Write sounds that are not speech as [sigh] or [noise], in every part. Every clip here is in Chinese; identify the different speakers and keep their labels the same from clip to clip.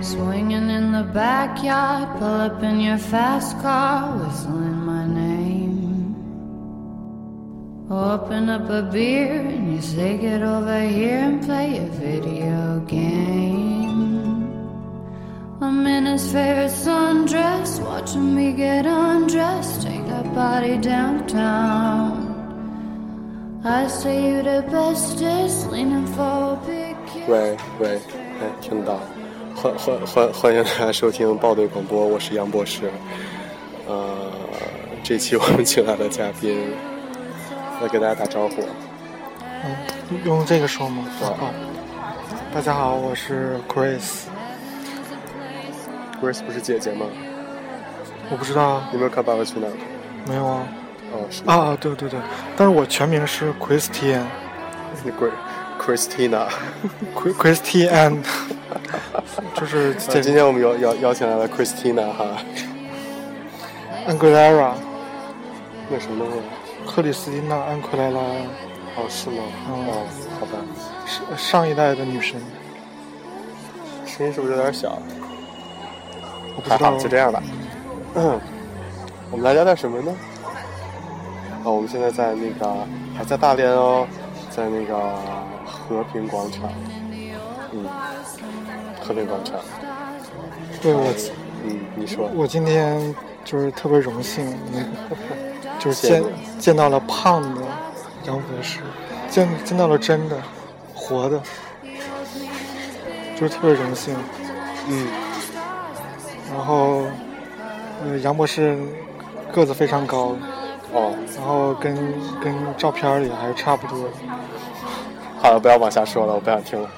Speaker 1: Swinging in the backyard, pull up in your fast car, whistling my name. Open up a beer and you say, Get over here and play a video game. I'm in his favorite sundress, watching me get undressed, take that body downtown. I say you the bestest, leaning for a big kiss.
Speaker 2: 喂喂，哎，听得到？欢欢欢欢迎大家收听报队广播，我是杨博士。呃，这期我们请来的嘉宾来给大家打招呼。
Speaker 3: 嗯，用这个说吗？哦，大家好，我是 Chris，
Speaker 2: Grace 不是姐姐吗？
Speaker 3: 我不知道，
Speaker 2: 有没有看《爸爸去哪儿》？
Speaker 3: 没有啊？
Speaker 2: 哦，是
Speaker 3: 啊，啊对对对，但是我全名是 Christian，
Speaker 2: 那 Grace Christina。
Speaker 3: Chri- Christian，就是
Speaker 2: 那今
Speaker 3: 简
Speaker 2: 天我们邀邀邀请来了 Christina 哈，
Speaker 3: Angela，
Speaker 2: 那什么呢？
Speaker 3: 克里斯蒂娜·安奎莱拉，
Speaker 2: 哦，是吗？
Speaker 3: 嗯
Speaker 2: 哦，好吧，
Speaker 3: 上上一代的女神，
Speaker 2: 声音是不是有点小？
Speaker 3: 我不
Speaker 2: 还 [laughs]
Speaker 3: 知
Speaker 2: 好，
Speaker 3: 道，
Speaker 2: 就这样吧。嗯，我们来聊点什么呢？啊，我们现在在那个还在大连哦，在那个和平广场。嗯，和平广场。
Speaker 3: 对我，
Speaker 2: 嗯，你说
Speaker 3: 我今天就是特别荣幸，
Speaker 2: [laughs]
Speaker 3: 能就是
Speaker 2: 谢
Speaker 3: 见
Speaker 2: 谢
Speaker 3: 见到了胖的杨博士，见见到了真的活的，就是特别荣幸。
Speaker 2: 嗯，
Speaker 3: 然后，呃，杨博士个子非常高，
Speaker 2: 哦，
Speaker 3: 然后跟跟照片里还是差不多的。
Speaker 2: 好了，不要往下说了，我不想听了。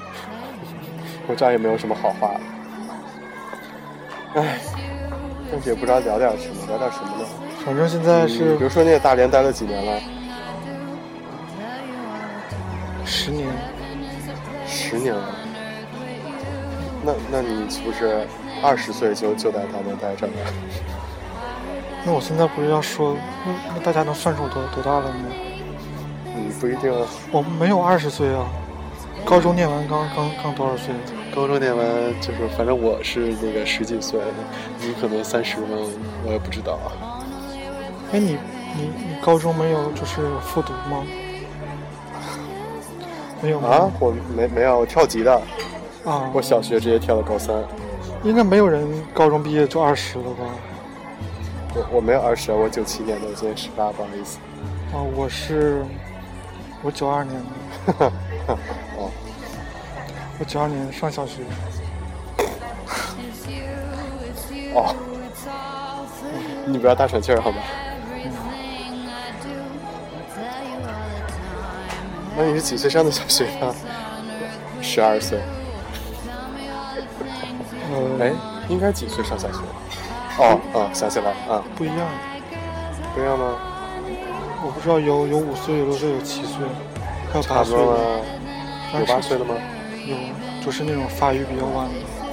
Speaker 2: 我这样也没有什么好话。唉，但是也不知道聊点什么，聊点什么呢？
Speaker 3: 反正现
Speaker 2: 嗯
Speaker 3: 在
Speaker 2: 比如
Speaker 3: 是
Speaker 2: 说那个大连待了几年了，
Speaker 3: 十年，
Speaker 2: 十年了。那那你是不是二十岁就就在大连待着了？
Speaker 3: 那我现在不是要说，那那大家能算出我多多大了吗？
Speaker 2: 你不一定啊，
Speaker 3: 我没有二十岁啊，高中念完刚刚刚多少岁？啊
Speaker 2: 高中念完就是，反正我是那个十几岁，你可能三十吗？我也不知道啊。
Speaker 3: 哎，你你你高中没有就是复读吗？ [laughs] 没有吗？
Speaker 2: 啊我没没有，我跳级的，
Speaker 3: 啊，
Speaker 2: 我小学直接跳到高三，
Speaker 3: 应该没有人高中毕业就二十了吧？
Speaker 2: 我我没有二十，我九七年的，我今年十八，不好意思。
Speaker 3: 啊，我是我九二年的，
Speaker 2: [laughs] 哦，
Speaker 3: 我九二年上小学，
Speaker 2: 哦，你不要大喘气儿好吗？那你是几岁上的小学呢？十二岁。
Speaker 3: 呃，
Speaker 2: 哎，应该几岁上小学？哦哦，想起来啊，
Speaker 3: 不一样，
Speaker 2: 不一样吗？
Speaker 3: 我不知道有有五岁、有六岁、有七岁，还有
Speaker 2: 差
Speaker 3: 八
Speaker 2: 不
Speaker 3: 岁
Speaker 2: 多
Speaker 3: 的，
Speaker 2: 了，
Speaker 3: 但
Speaker 2: 有
Speaker 3: 是
Speaker 2: 八岁了吗？
Speaker 3: 有，就是那种发育比较晚的，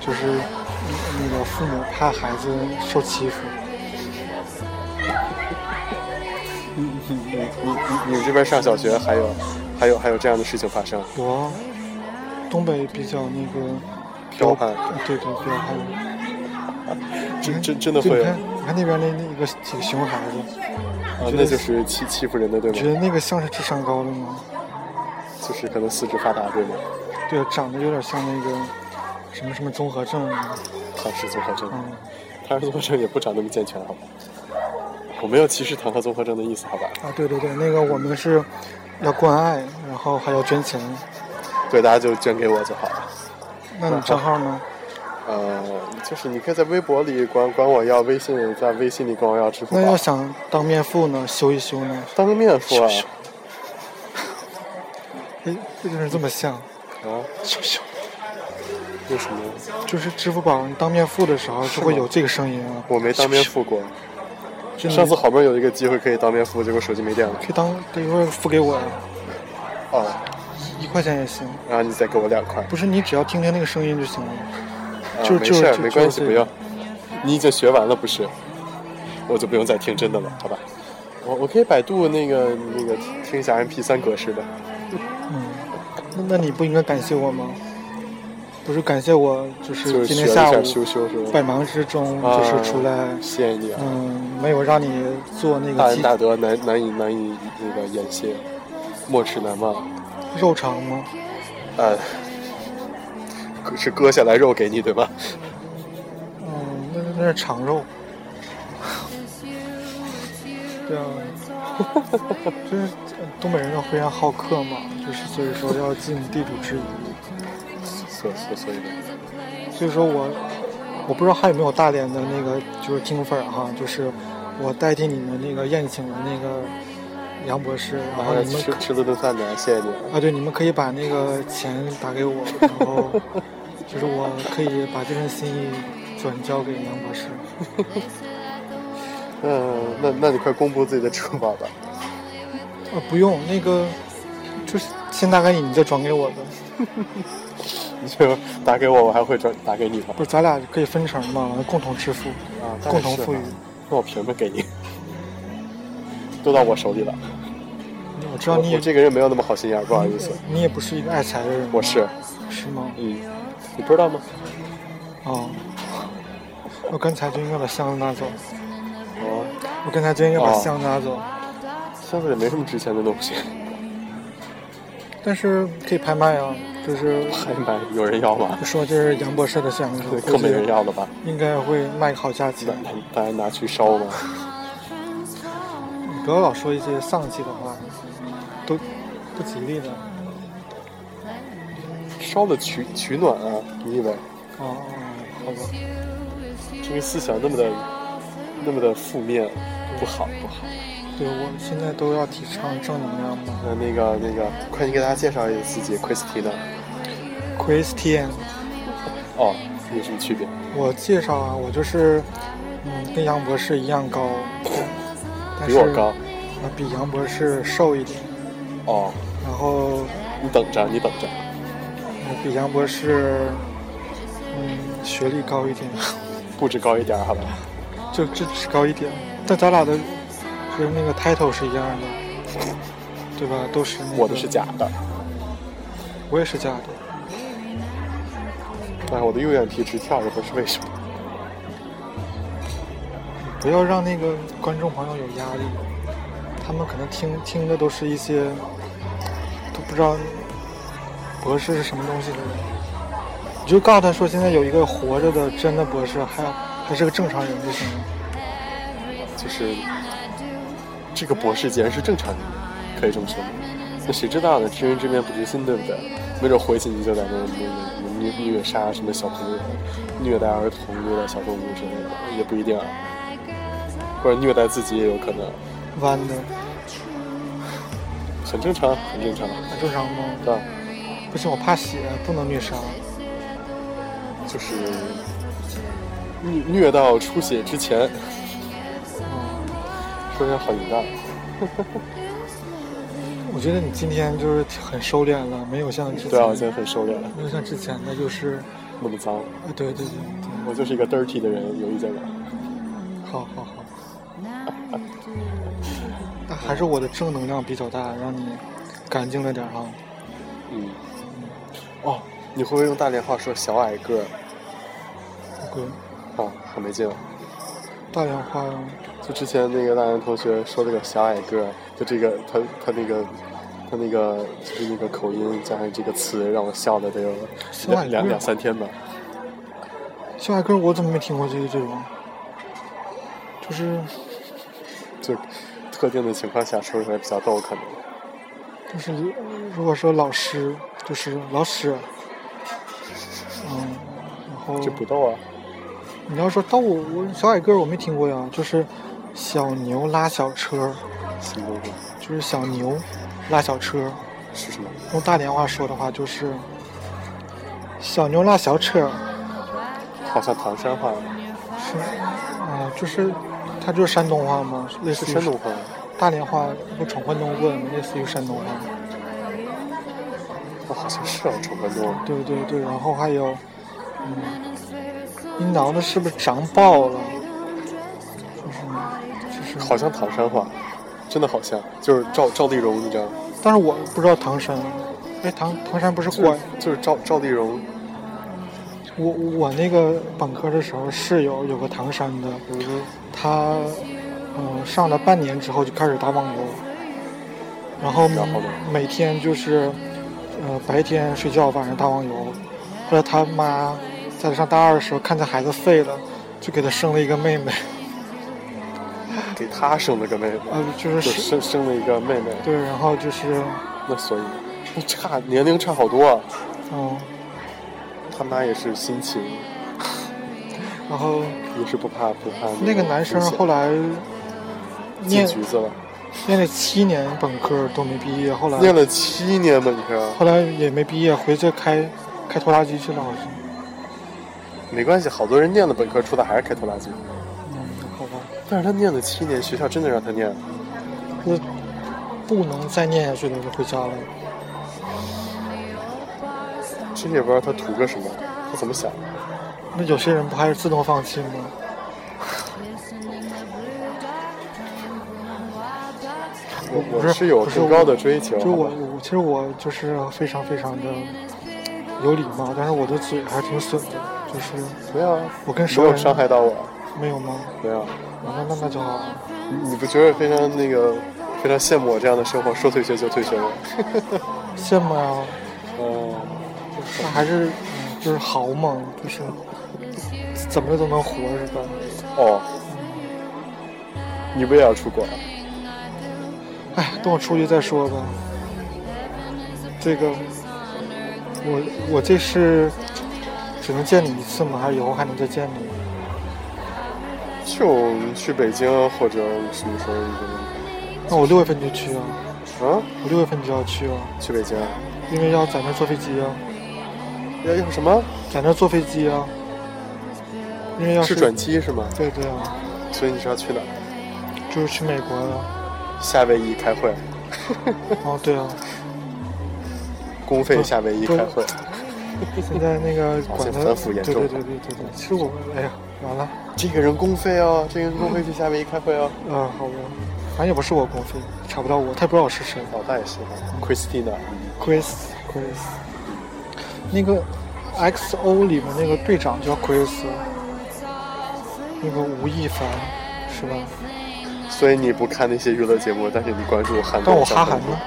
Speaker 3: 就是嗯那个父母怕孩子受欺负，
Speaker 2: 你你你你这边上小学还有还有还有这样的事情发生？
Speaker 3: 有啊，东北比较那个
Speaker 2: 彪悍，
Speaker 3: 对对，彪悍，
Speaker 2: 真真真的
Speaker 3: 就
Speaker 2: 会
Speaker 3: 你
Speaker 2: 有
Speaker 3: 看你看那边那那个几个熊孩子，
Speaker 2: 啊？那就是欺欺负人的对
Speaker 3: 你觉
Speaker 2: 吗？
Speaker 3: 得那个像是智商高的吗？
Speaker 2: 就是可能四肢发达对吗？
Speaker 3: 对，长得有点像那个什么什么综合症，啊
Speaker 2: 唐氏综合症，
Speaker 3: 嗯，
Speaker 2: 唐氏综合症也不长那么健全好吧？我没有歧视唐氏综合症的意思好吧？
Speaker 3: 啊，对对对，那个我们是要关爱，然后还要捐钱。
Speaker 2: 对，大家就捐给我就好了。
Speaker 3: 那你账号呢？
Speaker 2: 呃，就是你可以在微博里管管我要，微信在微信里管我要支付
Speaker 3: 那要
Speaker 2: 宝，
Speaker 3: 想当面付呢，修一修呢，
Speaker 2: 当个面付啊。
Speaker 3: 哎，这就是这么像，
Speaker 2: 啊？
Speaker 3: 修修，
Speaker 2: 为什么？
Speaker 3: 就是支付宝你当面付的时候就会有这个声音啊。
Speaker 2: 我没当面付过。
Speaker 3: 真的
Speaker 2: 上次好不容易有一个机会可以当面付，结果手机没电了。
Speaker 3: 可以当，等一会儿付给我呀，
Speaker 2: 哦，
Speaker 3: 一块钱也行，
Speaker 2: 然后你再给我两块。
Speaker 3: 不是你只要听听那个声音就行了。
Speaker 2: 啊
Speaker 3: 就
Speaker 2: 没事儿，
Speaker 3: 就
Speaker 2: 没关系，
Speaker 3: 就
Speaker 2: 不用。你已经学完了不是？我就不用再听真的了，好吧？我我可以百度那个那个听一下 MP 三格式的。
Speaker 3: 嗯，那那你不应该感谢我吗？不是感谢我，就
Speaker 2: 就是
Speaker 3: 今天
Speaker 2: 学了
Speaker 3: 下
Speaker 2: 一下
Speaker 3: 午
Speaker 2: 羞羞是吧
Speaker 3: 百忙之中
Speaker 2: 啊
Speaker 3: 就是出来，
Speaker 2: 谢谢你啊，
Speaker 3: 嗯，没有让你做那
Speaker 2: 大
Speaker 3: 个
Speaker 2: 恩
Speaker 3: 鸡
Speaker 2: 大德难难以难以那个言谢，莫齿难忘。
Speaker 3: 肉肠吗？
Speaker 2: 呃，割是割下来肉给你对吧？
Speaker 3: 嗯，那那是肠肉。 [laughs] 对啊， [laughs] 就是呃东北人要非常好客嘛，就是所以说要尽地主之谊。
Speaker 2: 所所所以呢，
Speaker 3: 所以说我我不知道还有没有大连的那个就是听粉儿哈，就是我代替你们那个宴请的那个杨博士，然后
Speaker 2: 啊
Speaker 3: 你们
Speaker 2: 吃
Speaker 3: 可
Speaker 2: 吃了顿饭呢，谢谢你啊。
Speaker 3: 啊对，你们可以把那个钱打给我，然后就是我可以把这份心意转交给杨博士。
Speaker 2: 嗯，那那你快公布自己的吃法吧。
Speaker 3: 啊，不用那个，就是先打给你，你再转给我的，
Speaker 2: 你就打给我，我还会转打给你吧
Speaker 3: 不。是咱俩可以分成嘛，完了共同致富，
Speaker 2: 啊，
Speaker 3: 共同富裕。
Speaker 2: 那我凭什么给你？都到我手里了。
Speaker 3: 我知道你
Speaker 2: 我
Speaker 3: 也嗯
Speaker 2: 我这个人没有那么好心眼儿，不好意思。
Speaker 3: 你也不是一个爱财的人，
Speaker 2: 我是，
Speaker 3: 是吗？
Speaker 2: 嗯，你不知道吗？
Speaker 3: 哦，我刚才就应该把箱子拿走，
Speaker 2: 哦，
Speaker 3: 我刚才就应该把
Speaker 2: 哦
Speaker 3: 箱子拿走，
Speaker 2: 箱子里没什么值钱的东西，
Speaker 3: 但是可以拍卖啊，就是
Speaker 2: 还买有人要吗？
Speaker 3: 就说这是杨博士的啊箱子，
Speaker 2: 更没人
Speaker 3: 估计
Speaker 2: 要了吧？
Speaker 3: 应该会卖个好价钱。
Speaker 2: 大大家拿去烧吗？
Speaker 3: 你不要老说一些丧气的话，都不吉利的。哦
Speaker 2: 烧了取取暖啊！你以为
Speaker 3: 哦哦，好吧。
Speaker 2: 这个思想那么的那么的负面，不好不好。
Speaker 3: 对，我现在都要提倡正能量嘛。
Speaker 2: 那那个那个，快你给大家介绍一下自己，Christina。
Speaker 3: Christian，
Speaker 2: 哦，有什么区别？
Speaker 3: 我介绍啊，我就是，嗯，跟杨博士一样高，但
Speaker 2: 比
Speaker 3: 是
Speaker 2: 我高。
Speaker 3: 啊，比杨博士瘦一点，
Speaker 2: 哦，
Speaker 3: 然后
Speaker 2: 你等着，你等着。
Speaker 3: 我比杨博士，嗯，学历高一点， [laughs]
Speaker 2: 不止高一点儿，好吧？
Speaker 3: 就这只高一点，但咱俩的就是那个 title 是一样的，对吧？都是那个、
Speaker 2: 我的是，假的，
Speaker 3: 我也是假的。
Speaker 2: 哎，我的右眼皮直跳，也不是为什么。
Speaker 3: 不要让那个观众朋友有压力，他们可能听听的都是一些都不知道博士是什么东西的人。你就告诉他说，现在有一个活着的真的博士，还还是个正常人就行了。
Speaker 2: 就是这个博士竟然是正常人，可以这么说吗？那谁知道呢？知人知面不知心，对不对？没准回去你就在那那那虐虐杀什么小朋友，虐待儿童、虐待小动物之类的，也不一定啊。或者虐待自己也有可能，
Speaker 3: 弯的，
Speaker 2: 很正常，很正常，
Speaker 3: 很正常吗？
Speaker 2: 对吧？
Speaker 3: 不行，我怕血，不能虐杀。
Speaker 2: 就是虐虐到出血之前，
Speaker 3: 嗯，
Speaker 2: 说起来好淫荡。
Speaker 3: 我觉得你今天就是很收敛了，没有像之前，
Speaker 2: 对啊，我现在很收敛了，
Speaker 3: 没有像之前的就是，
Speaker 2: 那么脏。
Speaker 3: 啊，对对对，
Speaker 2: 我就是一个 dirty 的人，有意见吗？
Speaker 3: 好好好。那还是我的正能量比较大，让你干净了点哈、
Speaker 2: 嗯，哦，你会不会用大连话说小矮个儿
Speaker 3: 哥，
Speaker 2: 啊？很没劲。
Speaker 3: 大连话
Speaker 2: 就之前那个大连同学说这个小矮个儿，就这个他他那个他那个就是那个口音加上这个词，让我笑了得有
Speaker 3: 小
Speaker 2: 两
Speaker 3: 矮个
Speaker 2: 两
Speaker 3: 儿
Speaker 2: 两三天吧。
Speaker 3: 小矮个儿我怎么没听过这个这种？就是
Speaker 2: 就特定的情况下说出来比较逗，可能
Speaker 3: 就是，如果说老师就是老师，嗯，然后
Speaker 2: 这不逗啊。
Speaker 3: 你要说到我我小矮个儿我没听过呀，就是小牛拉小车，
Speaker 2: 心动吗？
Speaker 3: 就是小牛拉小车，
Speaker 2: 是什么？
Speaker 3: 用大连话说的话就是小牛拉小车。
Speaker 2: 好像唐山话，
Speaker 3: 是啊、就是它就是山东话吗？类似
Speaker 2: 是
Speaker 3: 于
Speaker 2: 山东话。
Speaker 3: 大连话，不闯关东棍，类似于山东话。
Speaker 2: 哦，好像是啊，闯关东。
Speaker 3: 对对对，然后还有，嗯，你脑子是不是长爆了？就是就是，
Speaker 2: 好像唐山话，真的好像，就是赵赵丽蓉，你知道吗？
Speaker 3: 但是我不知道唐山，哎，唐唐山不是
Speaker 2: 就是
Speaker 3: 关
Speaker 2: 就是赵赵丽蓉，
Speaker 3: 我我那个本科的时候，室友有个唐山的，他嗯、上了半年之后就开始打网游，然后
Speaker 2: 然后呢
Speaker 3: 每天就是呃白天睡觉，晚上打网游。后来他妈在他上大二的时候看他孩子废了，就给他生了一个妹妹，
Speaker 2: 给他生了个妹妹，
Speaker 3: 呃，就是
Speaker 2: 就生生了一个妹妹，
Speaker 3: 对，然后就是
Speaker 2: 那所以那差年龄差好多啊。
Speaker 3: 嗯，
Speaker 2: 他妈也是心情，
Speaker 3: 然后
Speaker 2: 也是不怕不怕
Speaker 3: 那个男生后
Speaker 2: 来
Speaker 3: 来
Speaker 2: 进
Speaker 3: 念
Speaker 2: 局子了，
Speaker 3: 念了七年本科都没毕业，后来
Speaker 2: 念了七年本科，
Speaker 3: 后来也没毕业，回去开开拖拉机去了，好像。
Speaker 2: 没关系，好多人念了本科出来还是开拖拉机，
Speaker 3: 嗯，好吧，
Speaker 2: 但是他念了七年，学校真的让他念了，
Speaker 3: 就是不能再念下去了，就回家了。
Speaker 2: 真也不知道他图个什么，他怎么想的？
Speaker 3: 那有些人不还是自动放弃吗？
Speaker 2: 我
Speaker 3: 不
Speaker 2: 我
Speaker 3: 是
Speaker 2: 是有
Speaker 3: 不是
Speaker 2: 更高的追求，
Speaker 3: 就是我，我其实我就是非常非常的有礼貌，但是我的嘴还挺损的，就是
Speaker 2: 没有啊，
Speaker 3: 我跟
Speaker 2: 没
Speaker 3: 熟
Speaker 2: 有
Speaker 3: 人
Speaker 2: 伤害到我，
Speaker 3: 没有吗？
Speaker 2: 没有啊，
Speaker 3: 那那那就好了。
Speaker 2: 你你不觉得非常那个非常羡慕我这样的生活，说退学就退学吗？
Speaker 3: 羡慕呀，
Speaker 2: 嗯，
Speaker 3: 那还是、嗯就是豪嘛，就是怎么着都能活是吧？
Speaker 2: 哦，你不也要出国啊？
Speaker 3: 哎，等我出去再说吧。这个，我我这是只能见你一次吗？还是以后还能再见你？
Speaker 2: 就去北京或者什么时候你
Speaker 3: 那我六月份就去啊，
Speaker 2: 就啊？
Speaker 3: 我六月份就要去啊，
Speaker 2: 去北京啊？
Speaker 3: 因为要在那坐飞机啊，
Speaker 2: 要要什么？
Speaker 3: 在那坐飞机啊，因为要
Speaker 2: 是转机是吗？
Speaker 3: 对对啊，
Speaker 2: 所以你是要去哪儿？
Speaker 3: 就是去美
Speaker 2: [laughs]
Speaker 3: 国啊，
Speaker 2: 夏威夷开会，
Speaker 3: 哦对啊，
Speaker 2: 公费夏威夷开会。
Speaker 3: 现在那个管
Speaker 2: 现
Speaker 3: 他
Speaker 2: 在反腐
Speaker 3: 对
Speaker 2: 严
Speaker 3: 对
Speaker 2: 重
Speaker 3: 对对对对，其实我哎呀完了，
Speaker 2: 这个人公费哦，这个人公费去夏威夷开会哦。
Speaker 3: 嗯、好吧，反正也不是我公费，查不到我，他也不知道我是谁。
Speaker 2: 老大哦也是哈，Christina，
Speaker 3: Chris Chris，那个 XO 里面那个队长叫 Chris，那个吴亦凡是吧？
Speaker 2: 所以你不看那些娱乐节目，但是你关注韩国。
Speaker 3: 但我哈韩呢，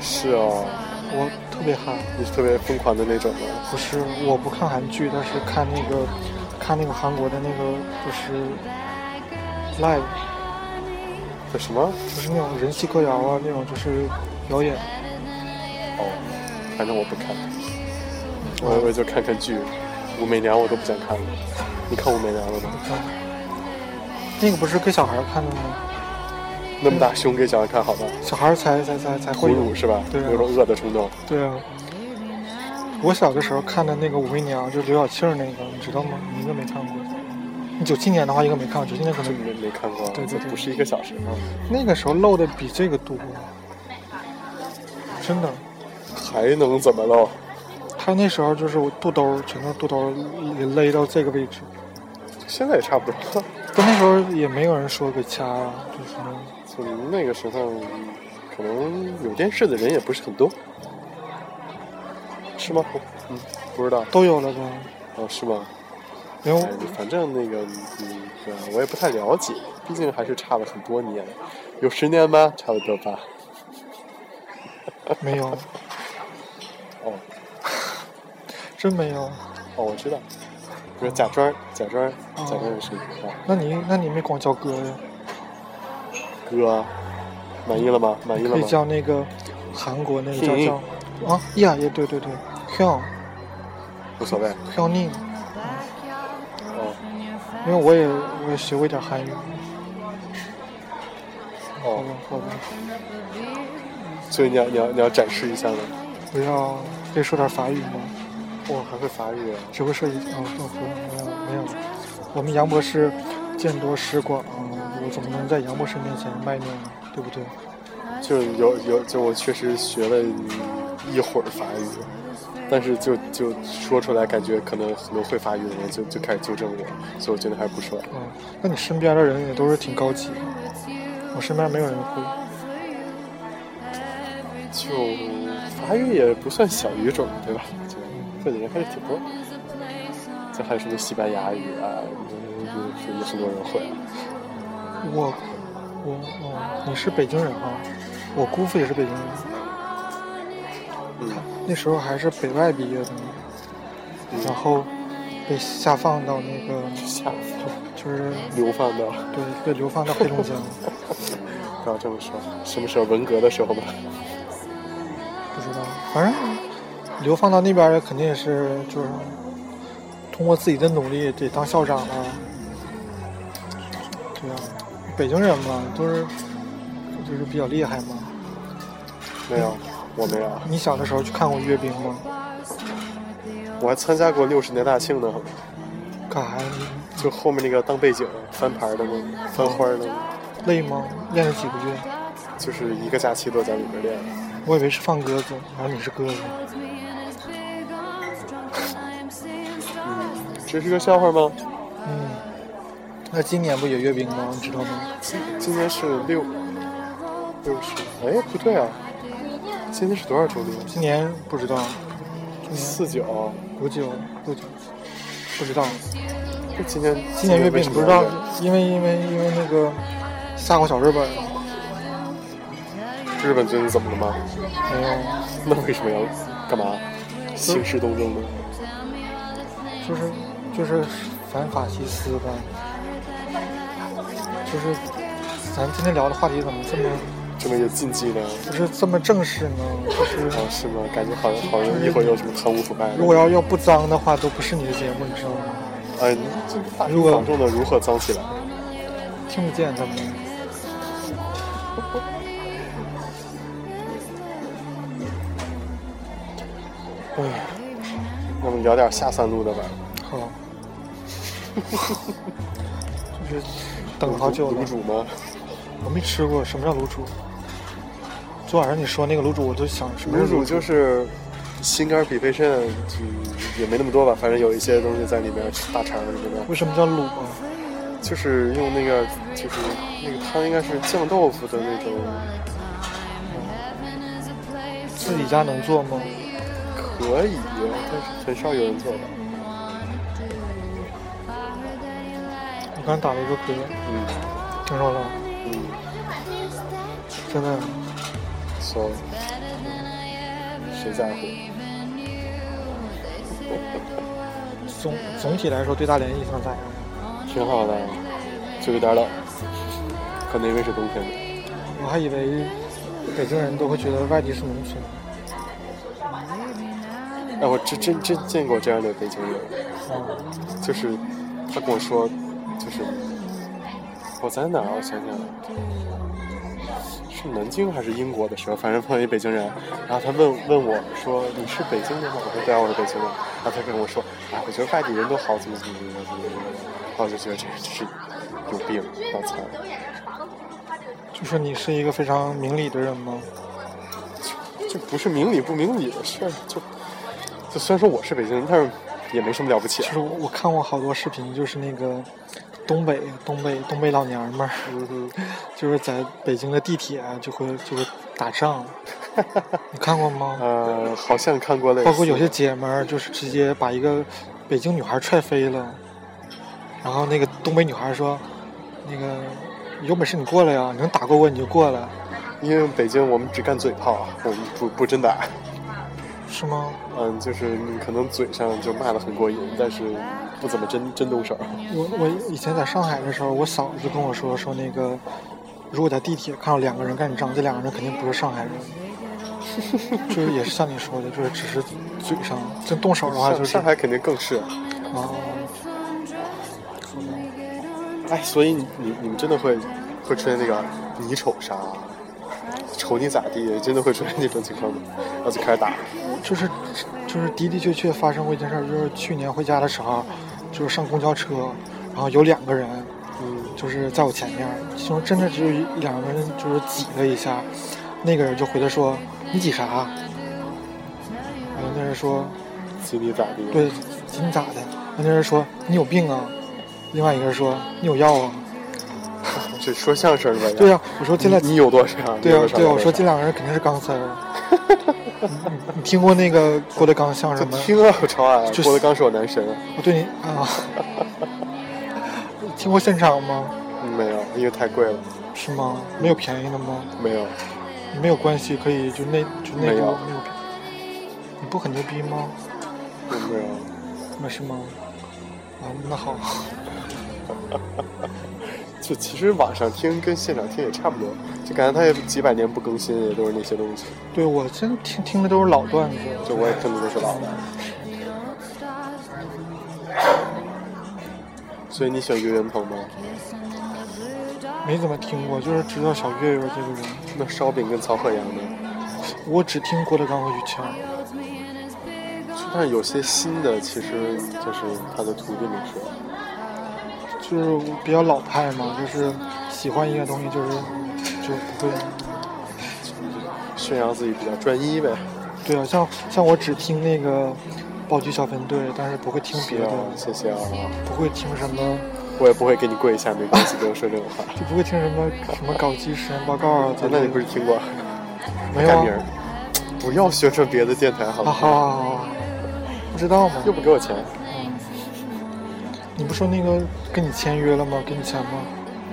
Speaker 2: 是哦，
Speaker 3: 我特别哈，
Speaker 2: 你是特别疯狂的那种吗？
Speaker 3: 不是我不看韩剧，但是看那个看那个韩国的那个就是 live，
Speaker 2: 这什么？
Speaker 3: 就是那种人气歌谣啊，那种就是表演。
Speaker 2: 哦，反正我不看，我我就看看剧，武媚娘我都不想看了。你看武媚娘了吗？
Speaker 3: 嗯那个不是给小孩看的吗？
Speaker 2: 那么大胸给小孩看好吗？
Speaker 3: 小孩才才才才
Speaker 2: 哺
Speaker 3: 会有
Speaker 2: 乳是吧？
Speaker 3: 对啊
Speaker 2: 有种饿的冲动。
Speaker 3: 对啊，我小的时候看的那个《武媚娘》，就是刘晓庆儿那个，你知道吗？你应该没看过。你九七年的话应该没看过，九七年可能
Speaker 2: 没没看过，
Speaker 3: 嗯对对对
Speaker 2: 不是一个小时吗？
Speaker 3: 那个时候漏的比这个多，真的。
Speaker 2: 还能怎么了？
Speaker 3: 他那时候就是我肚兜儿全都肚兜儿里勒到这个位置，
Speaker 2: 现在也差不多。
Speaker 3: 但那时候也没有人说给掐啊，就是
Speaker 2: 就那个时候，可能有电视的人也不是很多，是吗？我嗯，不知道。
Speaker 3: 都有了吧。
Speaker 2: 哦，是吗？
Speaker 3: 因为
Speaker 2: 哎，反正那个你个我也不太了解，毕竟还是差了很多年，有十年吧，差不多吧。
Speaker 3: 我没有，
Speaker 2: 哦
Speaker 3: 真没有。
Speaker 2: 哦，我知道。比如贾庄，贾庄，贾庄
Speaker 3: 哦
Speaker 2: 也是啊，
Speaker 3: 那你那你没光叫哥呀，
Speaker 2: 哥，满意了吗？满意了
Speaker 3: 可以
Speaker 2: 吗？
Speaker 3: 叫那个韩国那个叫
Speaker 2: 嗯
Speaker 3: 叫啊呀也对对对，Hyun
Speaker 2: 无所谓。
Speaker 3: Hyun Nin。
Speaker 2: 哦
Speaker 3: 因为我也我也学过一点韩语，好吧
Speaker 2: 哦，
Speaker 3: 好吧，
Speaker 2: 所以你要你要你要展示一下吗？
Speaker 3: 不要可以说点法语吗？
Speaker 2: 我还会法语啊。
Speaker 3: 只会说一哦，哦没有没有，我们杨博士见多识广，哦我怎么能在杨博士面前卖弄呢？对不对？
Speaker 2: 就是有有，就我确实学了一会儿法语，但是就就说出来，感觉可能很多会法语的人就就开始纠正我，所以我觉得还是不说。
Speaker 3: 嗯，那你身边的人也都是挺高级的，我身边没有人会。
Speaker 2: 就法语也不算小语种，对吧？就会的人还是挺多。这还有什么西班牙语啊，有有有很多人会。
Speaker 3: 我我哦，你是北京人啊？我姑父也是北京人，
Speaker 2: 嗯
Speaker 3: 那时候还是北外毕业的呢，然后被下放到那个
Speaker 2: 下
Speaker 3: 就是
Speaker 2: 流放到
Speaker 3: 对被流放到黑龙江。
Speaker 2: 不要这么说，什么时候文革的时候吧？
Speaker 3: 不知道，反正流放到那边儿的肯定也是就是通过自己的努力得当校长啊，对呀、北京人嘛，都是就是比较厉害嘛。
Speaker 2: 没有，我没有，
Speaker 3: 你小的时候去看过阅兵吗？
Speaker 2: 我还参加过六十年大庆呢，
Speaker 3: 干啥呀？
Speaker 2: 就后面那个当背景翻牌的那个，翻花的那个，
Speaker 3: 累吗？练了几个月？
Speaker 2: 就是一个假期都在里边练。
Speaker 3: 我以为是放鸽子，然后你是鸽子。
Speaker 2: 这是个笑话吗？
Speaker 3: 嗯，那今年不也阅兵吗？你知道吗？
Speaker 2: 今今年是六六十，哎，不对啊，今年是多少周年？
Speaker 3: 今年不知道，今年
Speaker 2: 四九。
Speaker 3: 五九六九，不知道。
Speaker 2: 这今年
Speaker 3: 今年阅
Speaker 2: 为
Speaker 3: 兵
Speaker 2: 什么
Speaker 3: 不知道
Speaker 2: 要练，
Speaker 3: 因为因为因为那个吓唬小日本，
Speaker 2: 日本最近怎么了吗？
Speaker 3: 没有，
Speaker 2: 那为什么要干嘛？兴师动众呢？
Speaker 3: 就是就是反法西斯吧，就是咱今天聊的话题怎么这么
Speaker 2: 这么有禁忌呢？
Speaker 3: 不是这么正式呢？就是
Speaker 2: 啊，是吗？感觉好像好像一会儿有什么贪污腐败的。
Speaker 3: 如果要要不脏的话，都不是你的节目，你知道吗？
Speaker 2: 哎，你这大
Speaker 3: 如果
Speaker 2: 庭广众的如何脏起来？
Speaker 3: 听不见他们。哎呀，
Speaker 2: 那么聊点下三路的吧。
Speaker 3: 好，就是等好久了
Speaker 2: 卤。煮吗？
Speaker 3: 我没吃过，什么叫卤煮？昨晚上你说那个卤煮，我就想什么
Speaker 2: 卤
Speaker 3: 是
Speaker 2: 煮
Speaker 3: 卤
Speaker 2: 就是是心肝脾肺肾，就也没那么多吧，反正有一些东西在里面，大肠什么的。
Speaker 3: 为什么叫卤啊？
Speaker 2: 就是用那个，就是那个汤应该是酱豆腐的那种，
Speaker 3: 自己家能做吗？
Speaker 2: 可以，但是很少有人做吧。
Speaker 3: 我刚打了一个嗝，
Speaker 2: 嗯
Speaker 3: 听着了吗，
Speaker 2: 嗯
Speaker 3: 真的，
Speaker 2: ，so 谁在乎？
Speaker 3: 总总体来说对大连印象咋样？
Speaker 2: 挺好的，就有点冷，可能因为是冬天吧。
Speaker 3: 我还以为北京人都会觉得外地是农村，
Speaker 2: 哎，我真真真见过这样的北京人，
Speaker 3: 啊，
Speaker 2: 就是他跟我说，就是我在哪儿啊？我想想啊，是南京还是英国的时候，反正碰见一北京人，然后他问问我说：“你是北京的吗？”我说：“对啊，我是北京的。”然后他跟我说：“哎，我觉得外地人都好，怎么怎么怎么怎么怎么。”然后我就觉得这这是有病，脑残。
Speaker 3: 就是你是一个非常明理的人吗？
Speaker 2: 这不是明理不明理的事儿，就就虽然说我是北京人，但是也没什么了不起啊
Speaker 3: 就。是我我看过好多视频，就是那个东北东北东北老娘们儿， [laughs] 就是在北京的地铁啊就会就会打仗，你看过吗？
Speaker 2: 呃，好像看过类似的，
Speaker 3: 包括有些姐们儿就是直接把一个北京女孩踹飞了，然后那个东北女孩说：“那个有本事你过来呀、你能打过我你就过来，
Speaker 2: 因为北京我们只干嘴炮，啊我们不不真啊打。
Speaker 3: 是吗
Speaker 2: 嗯，就是你可能嘴上就骂得很过瘾，但是不怎么真真动手。？”
Speaker 3: 我我以前在上海的时候，我嫂子就跟我说说那个，如果在地铁看到两个人干仗，这两个人肯定不是上海人，就是也是像你说的，就是只是嘴上，真动手的话就
Speaker 2: 上
Speaker 3: 是
Speaker 2: 上海肯定更是。
Speaker 3: 啊，
Speaker 2: 哎，所以你你你们真的会会出现那个你瞅啥，瞅你咋地，真的会出现那种情况吗？然后就开始打。
Speaker 3: 就是就是的的确确发生过一件事儿，就是去年回家的时候，就是上公交车，然后有两个人，
Speaker 2: 嗯，
Speaker 3: 就是在我前面，其中真的只有一两个人就是挤了一下，那个人就回他说：“你挤啥？”然后那人说
Speaker 2: 随你咋地。：“
Speaker 3: 对，挤你咋的？”然后那人说：“你有病啊！”另外一个人说：“你有药啊
Speaker 2: 这说相声的吧？
Speaker 3: 对呀我说这俩
Speaker 2: 你你有多少？
Speaker 3: 对呀、
Speaker 2: 你有多少
Speaker 3: 对呀、
Speaker 2: 有多
Speaker 3: 我
Speaker 2: 啊
Speaker 3: 说
Speaker 2: 少
Speaker 3: 这两个人肯定是钢丝儿。你听过那个郭德纲相
Speaker 2: 就
Speaker 3: 声吗？
Speaker 2: 听啊，我超爱啊。
Speaker 3: 就是
Speaker 2: 郭德纲是我男神，
Speaker 3: 我对你啊，听过现场吗？
Speaker 2: 嗯没有，因为太贵了，
Speaker 3: 是吗？没有便宜的吗？
Speaker 2: 没有。
Speaker 3: 没有关系，可以就那就那个
Speaker 2: 没
Speaker 3: 没
Speaker 2: 有
Speaker 3: 有便宜。你不很牛逼吗？
Speaker 2: 有没有，
Speaker 3: 那是吗？啊，那好，
Speaker 2: 就其实网上听跟现场听也差不多，就感觉它也几百年不更新，也都是那些东西。
Speaker 3: 对我真听听的都是老段子，
Speaker 2: 就我也听的都是老的，所以你喜欢岳云鹏吗？
Speaker 3: 没怎么听过，就是知道小岳岳这个人，
Speaker 2: 那烧饼跟曹鹤阳呢？
Speaker 3: 我只听郭德纲和于谦儿。
Speaker 2: 但是有些新的，其实就是他的徒弟们说，
Speaker 3: 就是比较老派嘛，就是喜欢一个东西，就是就不会。
Speaker 2: 宣扬自己比较专一呗。
Speaker 3: 对啊，像像我只听那个暴击小分队，但是不会听别
Speaker 2: 谢谢
Speaker 3: 的，
Speaker 2: 啊，谢谢啊，
Speaker 3: 不会听什么，
Speaker 2: 我也不会给你跪下，没关系，跟我说这种话。哎
Speaker 3: 就不会听什么什么搞基实验报告啊。
Speaker 2: 那你不是听过？
Speaker 3: 没有
Speaker 2: 改
Speaker 3: 啊
Speaker 2: 名儿？不要宣传别的电台好
Speaker 3: 啊
Speaker 2: 吗？
Speaker 3: 哈，不知道吗
Speaker 2: [laughs] 又？不给我钱，
Speaker 3: 你不说那个跟你签约了吗？给你钱吗？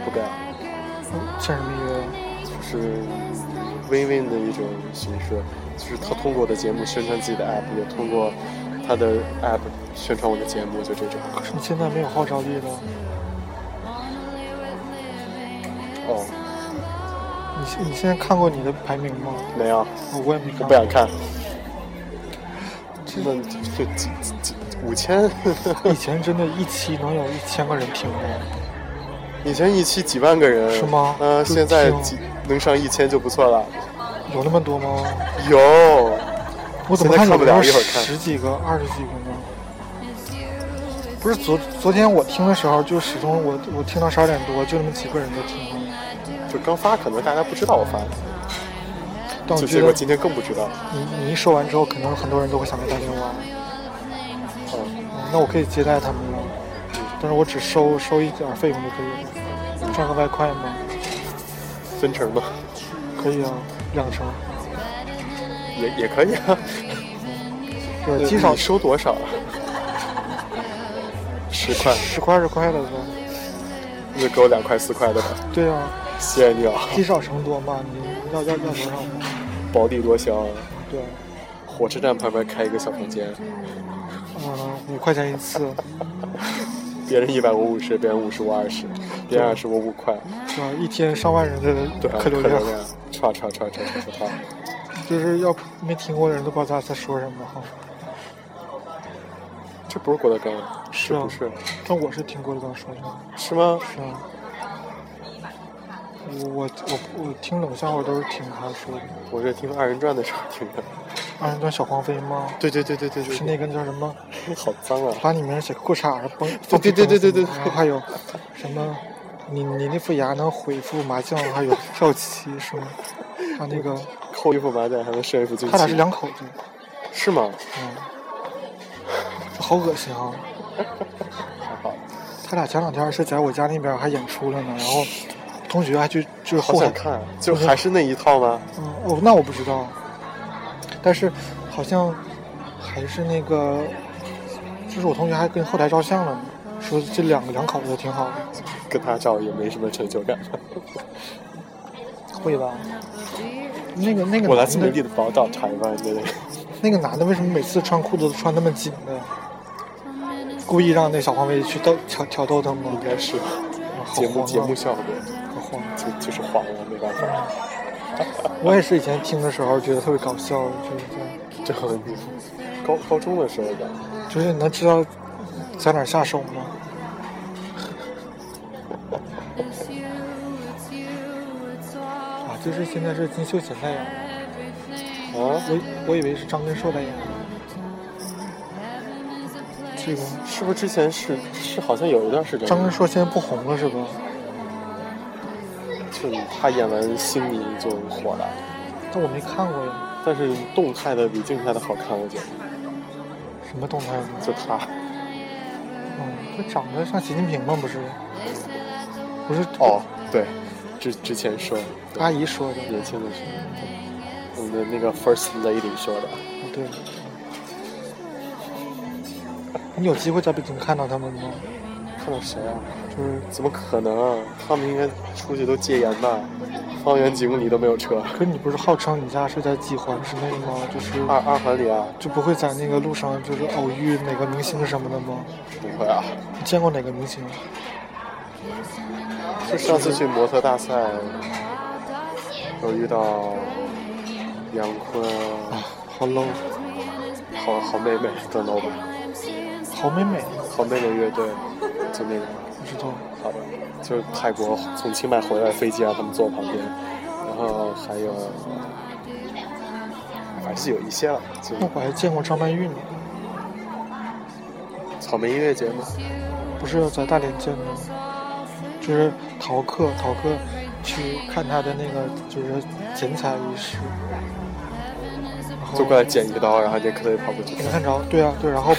Speaker 2: 不给啊。
Speaker 3: 签什么约啊？
Speaker 2: 就是 Win Win 的一种形式，就是他通过我的节目宣传自己的 app，也通过他的 app 宣传我的节目，就这种。
Speaker 3: 可是你现在没有号召力了，
Speaker 2: 哦，
Speaker 3: 你现你现在看过你的排名吗？
Speaker 2: 没有，
Speaker 3: 我也没看
Speaker 2: 我
Speaker 3: 过。
Speaker 2: 不想看。那就几几几五千， [laughs]
Speaker 3: 以前真的一期能有一千个人听吗？
Speaker 2: 以前一期几万个人
Speaker 3: 是吗
Speaker 2: 嗯、
Speaker 3: 就
Speaker 2: 现在
Speaker 3: 挺
Speaker 2: 几能上一千就不错了。
Speaker 3: 有那么多吗？
Speaker 2: 有，
Speaker 3: 我怎
Speaker 2: 现
Speaker 3: 么
Speaker 2: 在看
Speaker 3: 有
Speaker 2: 不
Speaker 3: 时候
Speaker 2: 了一会儿看
Speaker 3: 十几个、二十几个呢？不是昨昨天我听的时候，就始终我我听到十二点多，就那么几个人在听。
Speaker 2: 就刚发，可能大家不知道我发的，
Speaker 3: 但我
Speaker 2: 就
Speaker 3: 觉
Speaker 2: 结果
Speaker 3: 得
Speaker 2: 今天更不知道。
Speaker 3: 你你一说完之后，可能很多人都会想来打电话。
Speaker 2: 嗯，
Speaker 3: 嗯那我可以接待他们了，但是我只收收一点费用就可以了，赚个外快吗？
Speaker 2: 分成吧，
Speaker 3: 可以啊，两成。
Speaker 2: 也也可以啊。
Speaker 3: 对，极少
Speaker 2: 你收多少啊？十块，
Speaker 3: 十块是快乐的，
Speaker 2: 那就给我两块四块的吧，
Speaker 3: 对啊，
Speaker 2: 谢谢你啊，
Speaker 3: 积少成多嘛，你要要要多少嘛？
Speaker 2: 薄利多销。
Speaker 3: 对，
Speaker 2: 火车站旁边开一个小房间，
Speaker 3: 嗯，五块钱一次，
Speaker 2: 别人一百我五十，别人五十我二十，别人二十我五块，
Speaker 3: 是吧？一天上万人的
Speaker 2: 对啊，
Speaker 3: 客流量
Speaker 2: 量，，唰唰唰唰唰唰，
Speaker 3: 就是要没听过的人都不知道他在说什么哈。
Speaker 2: 这不是郭德纲，
Speaker 3: 是
Speaker 2: 这
Speaker 3: 啊
Speaker 2: 不，是，
Speaker 3: 但我是听郭德纲说的，
Speaker 2: 是吗？
Speaker 3: 是啊。我我我我听冷笑话都是听他说的，
Speaker 2: 我这听二人转的时候听的，
Speaker 3: 二人转小黄飞吗？
Speaker 2: 对对对对对
Speaker 3: 是
Speaker 2: 对，
Speaker 3: 那个叫什么？
Speaker 2: 好脏啊！
Speaker 3: 把你名儿写裤衩上崩，
Speaker 2: 对对对对对对
Speaker 3: 然啊后还有什么？你你那副牙能恢复麻将，还有跳棋是吗？还有那个，
Speaker 2: 扣一副麻将还能剩一副军
Speaker 3: 他俩是
Speaker 2: 旗，
Speaker 3: 两口子，
Speaker 2: 是吗？
Speaker 3: 嗯，好恶心
Speaker 2: [laughs]
Speaker 3: 啊！
Speaker 2: 还好，
Speaker 3: 他俩前两天是在我家那边还演出了呢，然后同学还去就是
Speaker 2: 好
Speaker 3: 后
Speaker 2: 想
Speaker 3: 海，
Speaker 2: 看，就还是那一套吗？
Speaker 3: 嗯，哦，那我不知道，但是好像还是那个，就是我同学还跟后台照相了呢，说这两个两口子挺好的，
Speaker 2: 跟他照也没什么成就感。
Speaker 3: 会吧？那个那个
Speaker 2: 我来
Speaker 3: 男
Speaker 2: 自美
Speaker 3: 的
Speaker 2: 丽的宝岛台湾的那个，
Speaker 3: 那个男的为什么每次穿裤子都穿那么紧的？故意让那小黄威去逗挑挑逗他吗？
Speaker 2: 应该是
Speaker 3: 啊好
Speaker 2: 节目
Speaker 3: 慌啊
Speaker 2: 节目效果，
Speaker 3: 好慌。
Speaker 2: 就就是黄了，没办法。
Speaker 3: 我也是以前听的时候觉得特别搞笑，就是这样。
Speaker 2: 这个高高中的时候吧，
Speaker 3: 就是你能知道在哪儿下手吗？啊，就是现在是金秀贤代言，
Speaker 2: 啊，
Speaker 3: 我我以为是张根硕代言。这个
Speaker 2: 是不是之前是是好像有一段时间，
Speaker 3: 张根硕现在不红了是吧？
Speaker 2: 就他演完《星迷》就火了，
Speaker 3: 但我没看过呀，
Speaker 2: 但是动态的比静态的好看，我觉得。
Speaker 3: 什么动态呢？
Speaker 2: 就他
Speaker 3: 嗯，他长得像习近平吗？不是，不是
Speaker 2: [laughs] 哦哦，对，之之前说
Speaker 3: 哎阿姨说的。
Speaker 2: 年轻的时候，我们的那个 First Lady 说的。
Speaker 3: 哦对。你有机会在北京看到他们吗？
Speaker 2: 看到谁啊？
Speaker 3: 就是
Speaker 2: 怎么可能？啊他们应该出去都戒严吧？方圆几公里都没有车。
Speaker 3: 可是你不是号称你家是在几环之内吗？就是
Speaker 2: 二二环里啊，
Speaker 3: 就不会在那个路上就是偶遇哪个明星什么的吗？
Speaker 2: 不会啊。
Speaker 3: 你见过哪个明星？
Speaker 2: 就上次去模特大赛，有遇到杨坤啊，
Speaker 3: 好 low，
Speaker 2: 好好妹妹邓老板，
Speaker 3: 好美美，
Speaker 2: 好妹妹乐队，就那个，
Speaker 3: 不知道。
Speaker 2: 好的，就是泰国从清迈回来飞机让啊他们坐我旁边，然后还有，还是有一些了，就
Speaker 3: 那我还见过张曼玉呢，
Speaker 2: 草莓音乐节嘛，
Speaker 3: 不是在大连见的吗，就是逃课，逃课去看她的那个就是剪彩仪式，然后
Speaker 2: 就过来剪一刀，然后那客人跑过去
Speaker 3: 没，看着，对啊，对，然后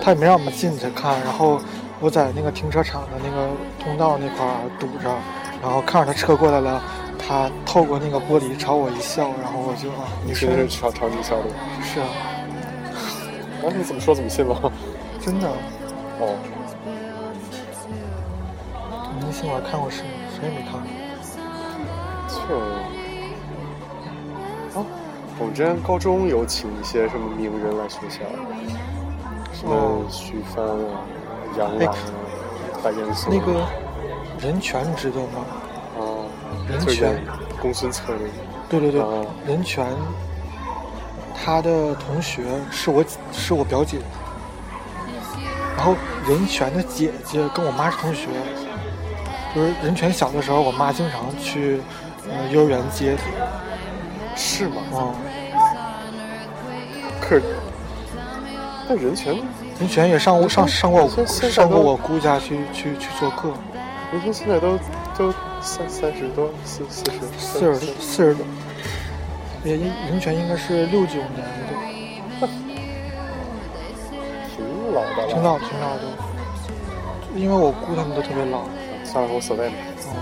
Speaker 3: 他也没让我们进去看，然后我在那个停车场的那个通道那块儿堵着，然后看着他车过来了，他透过那个玻璃朝我一笑，然后我就啊，你
Speaker 2: 你
Speaker 3: 是
Speaker 2: 真的是朝朝你笑的，
Speaker 3: 是啊，
Speaker 2: 啊，你怎么说怎么信了？
Speaker 3: 真的，
Speaker 2: 哦，
Speaker 3: 明星我还看过谁，谁也没看过，
Speaker 2: 就，哦，我们之前高中有请一些什么名人来学校，什么
Speaker 3: 哦
Speaker 2: 徐帆啊、杨澜啊、白岩松
Speaker 3: 哎那个任泉你知道吗？
Speaker 2: 啊，
Speaker 3: 人
Speaker 2: 就是
Speaker 3: 权
Speaker 2: 演公孙策那个。
Speaker 3: 对对对，
Speaker 2: 啊
Speaker 3: 任泉，他的同学是我是我表姐，然后任泉的姐姐跟我妈是同学，就是任泉小的时候，我妈经常去呃幼儿园接他，
Speaker 2: 是吗？
Speaker 3: 啊、
Speaker 2: 可是，但人权，
Speaker 3: 任泉也上过上上过我
Speaker 2: 现现在
Speaker 3: 上过
Speaker 2: 都
Speaker 3: 我姑家去去去做客，
Speaker 2: 人权现在都都三三十多，四四十，
Speaker 3: 四十四十多，也任泉应该是六九年的，
Speaker 2: 挺老的了。
Speaker 3: 挺老挺老的，因为我姑他们都特别老。
Speaker 2: 算了，无所谓吧。
Speaker 3: 哦，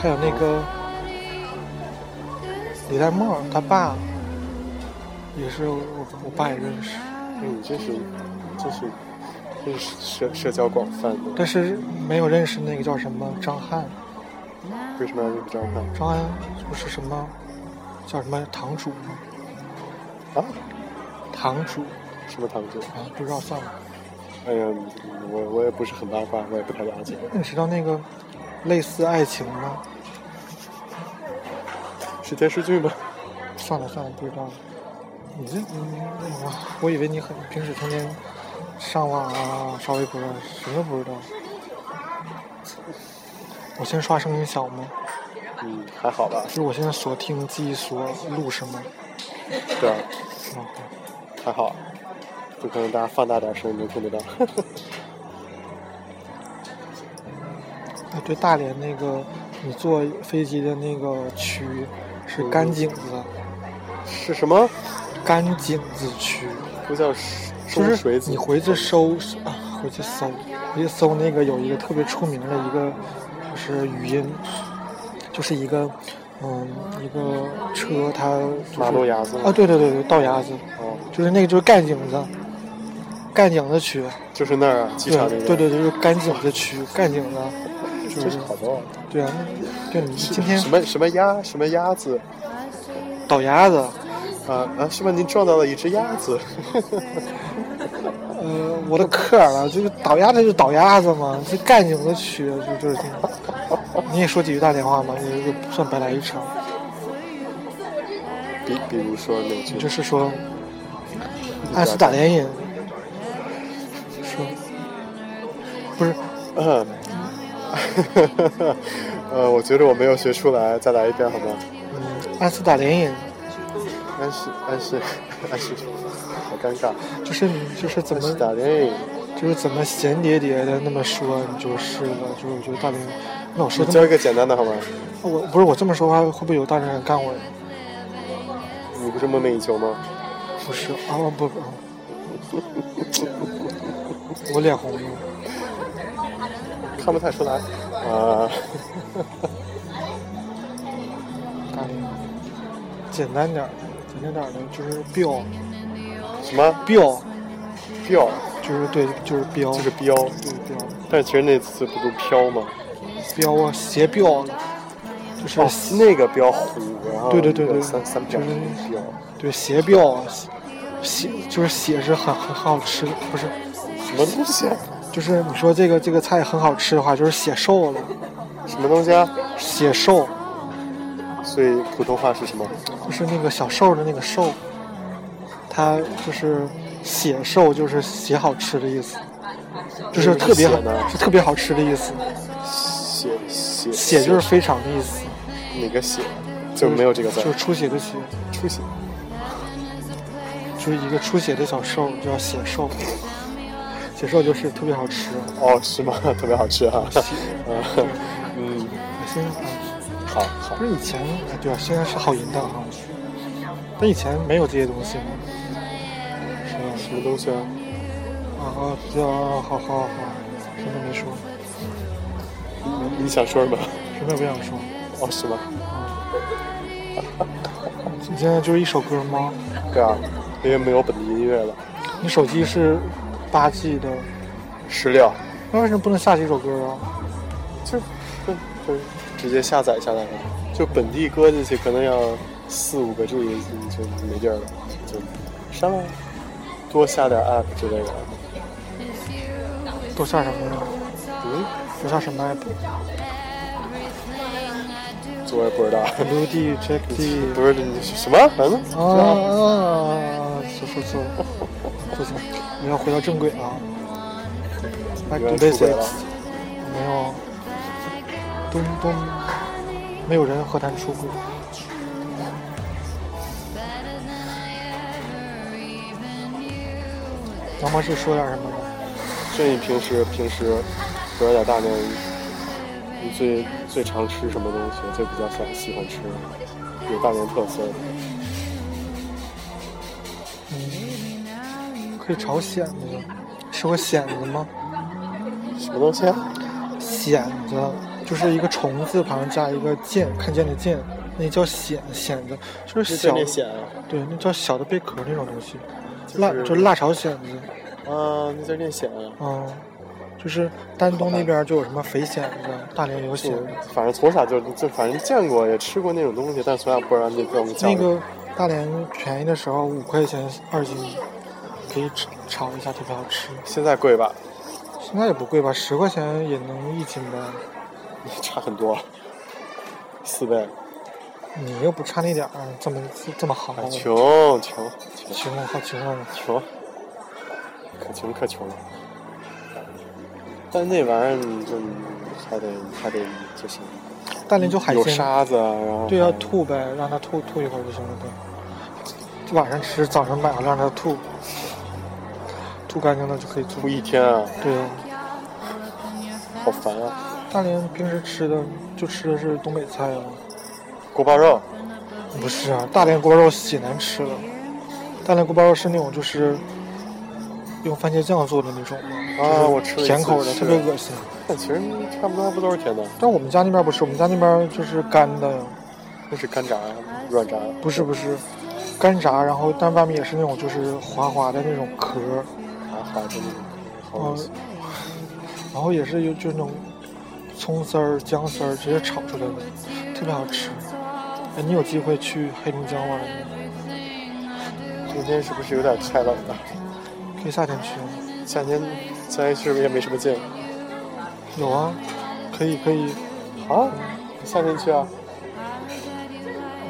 Speaker 3: 还有那个李代沫儿，他爸也是我，我爸也认识，
Speaker 2: 嗯，真是，真是，真是社社交广泛的。
Speaker 3: 但是没有认识那个叫什么张翰，
Speaker 2: 为什么要认识张翰
Speaker 3: 张翰不是什么叫什么堂主吗？
Speaker 2: 啊？
Speaker 3: 堂主
Speaker 2: 什么堂主？
Speaker 3: 啊，不知道算了。
Speaker 2: 哎呀，我我也不是很八卦，我也不太了解。
Speaker 3: 那你知道那个类似爱情吗？
Speaker 2: 是电视剧吗？
Speaker 3: 算了算了，不知道了。你这，嗯我我以为你很平时天天上网啊，刷微博啊，什么都不知道。我先刷声音小吗？
Speaker 2: [laughs] 嗯，还好吧
Speaker 3: 就。是我现在所听记忆所录是吗？
Speaker 2: 对啊，
Speaker 3: 哦，
Speaker 2: 还好。就可能大家放大点声音能听得到。 [laughs]
Speaker 3: 哎，对，大连那个你坐飞机的那个区是干井子，
Speaker 2: 是什么？
Speaker 3: 干井子区，
Speaker 2: 不叫
Speaker 3: 就
Speaker 2: 中水
Speaker 3: 是
Speaker 2: 子
Speaker 3: 你回去搜啊，回去搜，回去搜那个有一个特别出名的一个就是语音，就是一个嗯一个车它就是
Speaker 2: 马路牙子吗
Speaker 3: 啊，对对对对，倒牙子，
Speaker 2: 哦，
Speaker 3: 就是那个就是干井子，干井子区，
Speaker 2: 就是那儿啊，机场那边。
Speaker 3: 对对对，就是干井子区，干井子。
Speaker 2: 真是好多。
Speaker 3: 对啊，那对你今天
Speaker 2: 什么什么鸭什么鸭子
Speaker 3: 倒鸭子，
Speaker 2: 啊啊！是吗？您撞到了一只鸭子？
Speaker 3: 呃，我都嗑了，就是倒鸭子就倒鸭子嘛，这干警的区就就是这样。你也说几句大连话嘛，也也不算白来一场。
Speaker 2: [laughs] 比比如说哪句？
Speaker 3: 你就是说，俺是大连人，说不是
Speaker 2: 嗯， [laughs] 呃，我觉得我没有学出来，再来一遍好吗？
Speaker 3: 俺是大连人，
Speaker 2: 但是但 [laughs] 是但是，好尴尬。
Speaker 3: 就是你就是怎
Speaker 2: 但是
Speaker 3: 么
Speaker 2: 打电影，
Speaker 3: 就是怎么闲叠叠的那么说，你就是了。就是我觉得大连，那我说这
Speaker 2: 教
Speaker 3: 么
Speaker 2: 一个简单的好吗？
Speaker 3: 我不是我这么说话会不会有大连人干我呀？
Speaker 2: 你不是梦寐以求吗？
Speaker 3: 不是啊，不不，不我脸红了。
Speaker 2: 看不太出来啊。
Speaker 3: 大连，简单点儿，纯正点儿的，就是标
Speaker 2: 什么
Speaker 3: 标，
Speaker 2: 标，
Speaker 3: 就是对，就是标，
Speaker 2: 就是标，
Speaker 3: 对标
Speaker 2: 但是其实那词不都飘吗？
Speaker 3: 标啊，斜标，就是、
Speaker 2: 哦，那个标虎，然后
Speaker 3: 对对对对
Speaker 2: 一个三三
Speaker 3: 就
Speaker 2: 点
Speaker 3: 是
Speaker 2: 标，
Speaker 3: 对斜标啊，血就是血是很很很好吃的，不是，
Speaker 2: 什么东西啊？
Speaker 3: 就是你说这个这个菜很好吃的话，就是血瘦了，
Speaker 2: 什么东西啊？
Speaker 3: 血瘦
Speaker 2: 所以普通话是什么？
Speaker 3: 就是那个小瘦的那个瘦，它就是血瘦就是血好吃的意思，就是特别好
Speaker 2: 那个血呢
Speaker 3: 是特别好吃的意思，
Speaker 2: 血血
Speaker 3: 血就是非常的意思，
Speaker 2: 哪个血？就没有这个字
Speaker 3: 就，是出血的血。
Speaker 2: 出血。
Speaker 3: 就是一个出血的小瘦，叫血瘦。血瘦就是特别好吃，啊
Speaker 2: 哦，是吗？ [laughs] 特别好吃啊。嗯 [laughs] 嗯，
Speaker 3: 现在
Speaker 2: 好好
Speaker 3: 不。啊是以前对啊，现在是好淫荡哈，但以前没有这些东西嘛。是吧？
Speaker 2: 什么东西啊？
Speaker 3: 啊啊，比较好好好，什么都没说，
Speaker 2: 你你想说什么？
Speaker 3: 什么也不想说。
Speaker 2: [laughs] 哦，是吗？
Speaker 3: 你现在就是一首歌吗？
Speaker 2: 对啊，因为没有本地音乐了。
Speaker 3: 你手机是八 G 的，
Speaker 2: 十六，
Speaker 3: 那为什么不能下几首歌啊？
Speaker 2: 就就就直接下载下来了。就本地歌进去可能要四五个 G 就就没地儿了，就删了。多下点 app 之类的。
Speaker 3: 多下什么呢？
Speaker 2: 嗯，
Speaker 3: 多下什么 app？
Speaker 2: 这我也不知道。 [laughs]
Speaker 3: l u d Jack D。
Speaker 2: 不是你什么？嗯，
Speaker 3: 啊啊！错错错，错错，你要回到正轨啊！Back
Speaker 2: 有
Speaker 3: to
Speaker 2: 人出轨了
Speaker 3: basics，没有，东东，没有人和谈出轨。杨博士说点什么呢？
Speaker 2: 这你平时平时隔点大年，你最最常吃什么东西？最比较想喜欢吃的，有大连特色的。
Speaker 3: 可以炒蚬子，吃过蚬子吗？
Speaker 2: 什么东西啊？
Speaker 3: 蚬子就是一个虫字旁加一个见，看见的见，那叫蚬蚬子，就
Speaker 2: 是
Speaker 3: 是
Speaker 2: 在
Speaker 3: 小
Speaker 2: 那蚬啊？
Speaker 3: 对，那叫小的贝壳那种东西，
Speaker 2: 就是
Speaker 3: 辣就是辣炒蚬子，
Speaker 2: 啊，那在那蚬啊？
Speaker 3: 嗯，就是丹东那边就有什么肥蚬子，大连有蚬
Speaker 2: 就
Speaker 3: 子，
Speaker 2: 反正从小就就反正见过，也吃过那种东西，但从小不知道那叫叫
Speaker 3: 那个大连便宜的时候五块钱二斤，可以炒炒一下，特别好吃。
Speaker 2: 现在贵吧？ [laughs]
Speaker 3: 现在也不贵吧，十块钱也能一斤吧，
Speaker 2: 差很多，四倍。
Speaker 3: 你又不差那点儿，这么这么好，
Speaker 2: 哎，
Speaker 3: 穷
Speaker 2: 穷穷穷
Speaker 3: 好穷啊！
Speaker 2: 穷，可穷可穷了。但那玩意儿你就还得还得就是
Speaker 3: 大连就海
Speaker 2: 有
Speaker 3: 鲜，
Speaker 2: 沙子啊，然后
Speaker 3: 对
Speaker 2: 还
Speaker 3: 啊，
Speaker 2: 有
Speaker 3: 吐呗，让它吐吐一会儿就行了呗。晚上吃，早上买了让它吐，吐干净了就可以做
Speaker 2: 吐。一天啊，
Speaker 3: 对啊，
Speaker 2: 好烦啊！
Speaker 3: 大连平时吃的就吃的是东北菜啊，
Speaker 2: 锅包肉，
Speaker 3: 不是啊，大连锅包肉喜难吃了。大连锅包肉是那种就是用番茄酱做的那种嘛，
Speaker 2: 啊我
Speaker 3: 就
Speaker 2: 吃
Speaker 3: 是
Speaker 2: 了一次
Speaker 3: 甜口的，
Speaker 2: 是
Speaker 3: 特别恶心。
Speaker 2: 但其实差不多不都是甜的？
Speaker 3: 但我们家那边不是，我们家那边就是干的呀，
Speaker 2: 那是干炸呀，软炸呀。
Speaker 3: 不是不是，干炸，然后但外面也是那种就是滑滑的那种壳儿，
Speaker 2: 还好的那种，好东西
Speaker 3: 嗯，然后也是有就是那种葱丝儿、姜丝儿直接炒出来的，特别好吃。哎，你有机会去黑龙江玩吗？
Speaker 2: 今天是不是有点太冷了？
Speaker 3: 可以夏天去吗？
Speaker 2: 夏天夏天是不是也没什么劲？
Speaker 3: 有啊，可以可以，
Speaker 2: 啊，夏天去啊，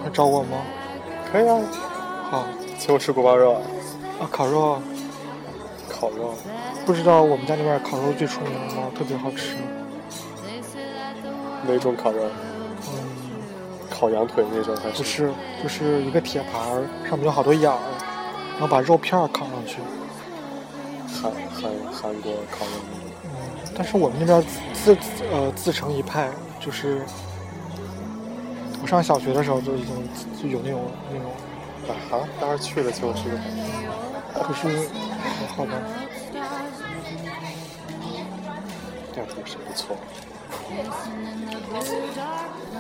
Speaker 3: 来找我吗？
Speaker 2: 可以啊，
Speaker 3: 好
Speaker 2: 请我吃锅包肉啊，
Speaker 3: 啊，烤肉啊，
Speaker 2: 烤肉。
Speaker 3: 不知道我们家那边烤肉最出名吗？特别好吃。
Speaker 2: 哪种烤肉？
Speaker 3: 嗯，
Speaker 2: 烤羊腿那种还是？
Speaker 3: 不是，就是一个铁盘儿，上面有好多眼儿，然后把肉片儿烤上去。
Speaker 2: 韩韩韩国烤肉那种。
Speaker 3: 嗯，但是我们那边自自呃自成一派，就是我上小学的时候就已经就有那种那种，
Speaker 2: 啊哈，待会儿去了请我吃个饭。
Speaker 3: 就是好吧，
Speaker 2: 这样也是不错。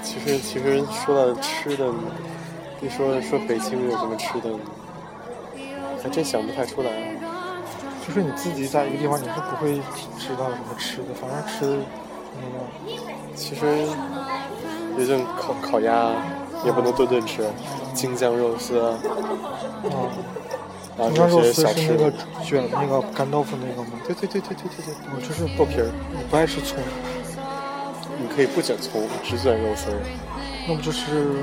Speaker 2: 其实其实说到吃的，一说说北京有什么吃的，还真想不太出来。
Speaker 3: 就是你自己在一个地方，你是不会知道什么吃的，反正吃那个
Speaker 2: 其实也就烤烤鸭，也不能顿顿吃，京酱肉丝，
Speaker 3: 啊，
Speaker 2: 然后
Speaker 3: 你看
Speaker 2: 啊这
Speaker 3: 肉
Speaker 2: 些
Speaker 3: 丝
Speaker 2: 小
Speaker 3: 是
Speaker 2: 吃
Speaker 3: 那。个卷那个干豆腐那个吗？
Speaker 2: 对对对对对对对，
Speaker 3: 我就是
Speaker 2: 豆皮儿，
Speaker 3: 不爱吃葱，
Speaker 2: 你可以不卷葱，只卷肉丝儿。
Speaker 3: 那不就是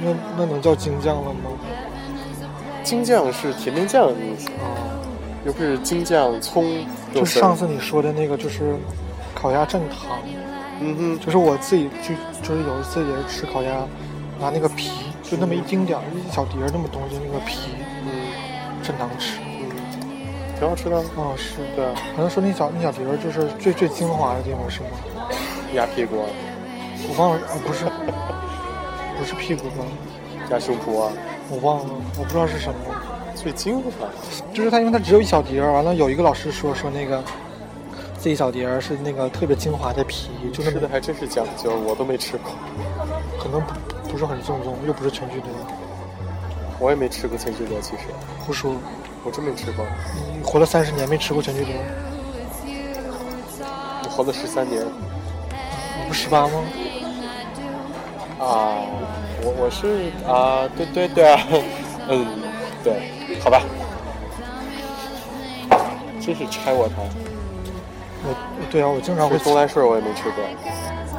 Speaker 3: 那那能叫京酱了吗？
Speaker 2: 京酱是甜面酱的意思，
Speaker 3: 啊，
Speaker 2: 又不是京酱葱肉
Speaker 3: 就
Speaker 2: 丝儿。
Speaker 3: 是上次你说的那个，就是烤鸭蘸糖，
Speaker 2: 嗯哼，
Speaker 3: 就是我自己就就是有一次也是吃烤鸭，拿那个皮就那么一丁点儿一小碟儿那么东西那个皮
Speaker 2: 嗯
Speaker 3: 蘸糖吃，
Speaker 2: 嗯，挺好吃的。
Speaker 3: 啊是，
Speaker 2: [laughs] 对啊，
Speaker 3: 好像说那小那小碟儿就是最最精华的地方是吗？
Speaker 2: 压屁股啊，
Speaker 3: 我忘了，啊不是，不是屁股吧？
Speaker 2: 压胸脯啊，
Speaker 3: 我忘了，我不知道是什么。
Speaker 2: 最精华。
Speaker 3: 就是它，因为它只有一小碟儿，完了有一个老师说说那个这一小碟儿是那个特别精华的皮，就
Speaker 2: 吃
Speaker 3: 那
Speaker 2: 的
Speaker 3: 个
Speaker 2: 还真是讲究，我都没吃过，
Speaker 3: 可能不不是很正宗，又不是全聚德。
Speaker 2: 我也没吃过千聚德，其实
Speaker 3: 胡说，
Speaker 2: 我真没吃过。
Speaker 3: 你活了三十年没吃过全聚德，
Speaker 2: 我活了十三年
Speaker 3: 你不十八吗？
Speaker 2: 啊，我我是啊，对对对啊，嗯，对，好吧，真是拆我台。
Speaker 3: 我对啊，我经常会
Speaker 2: 这
Speaker 3: 吃
Speaker 2: 东来顺我也没吃过，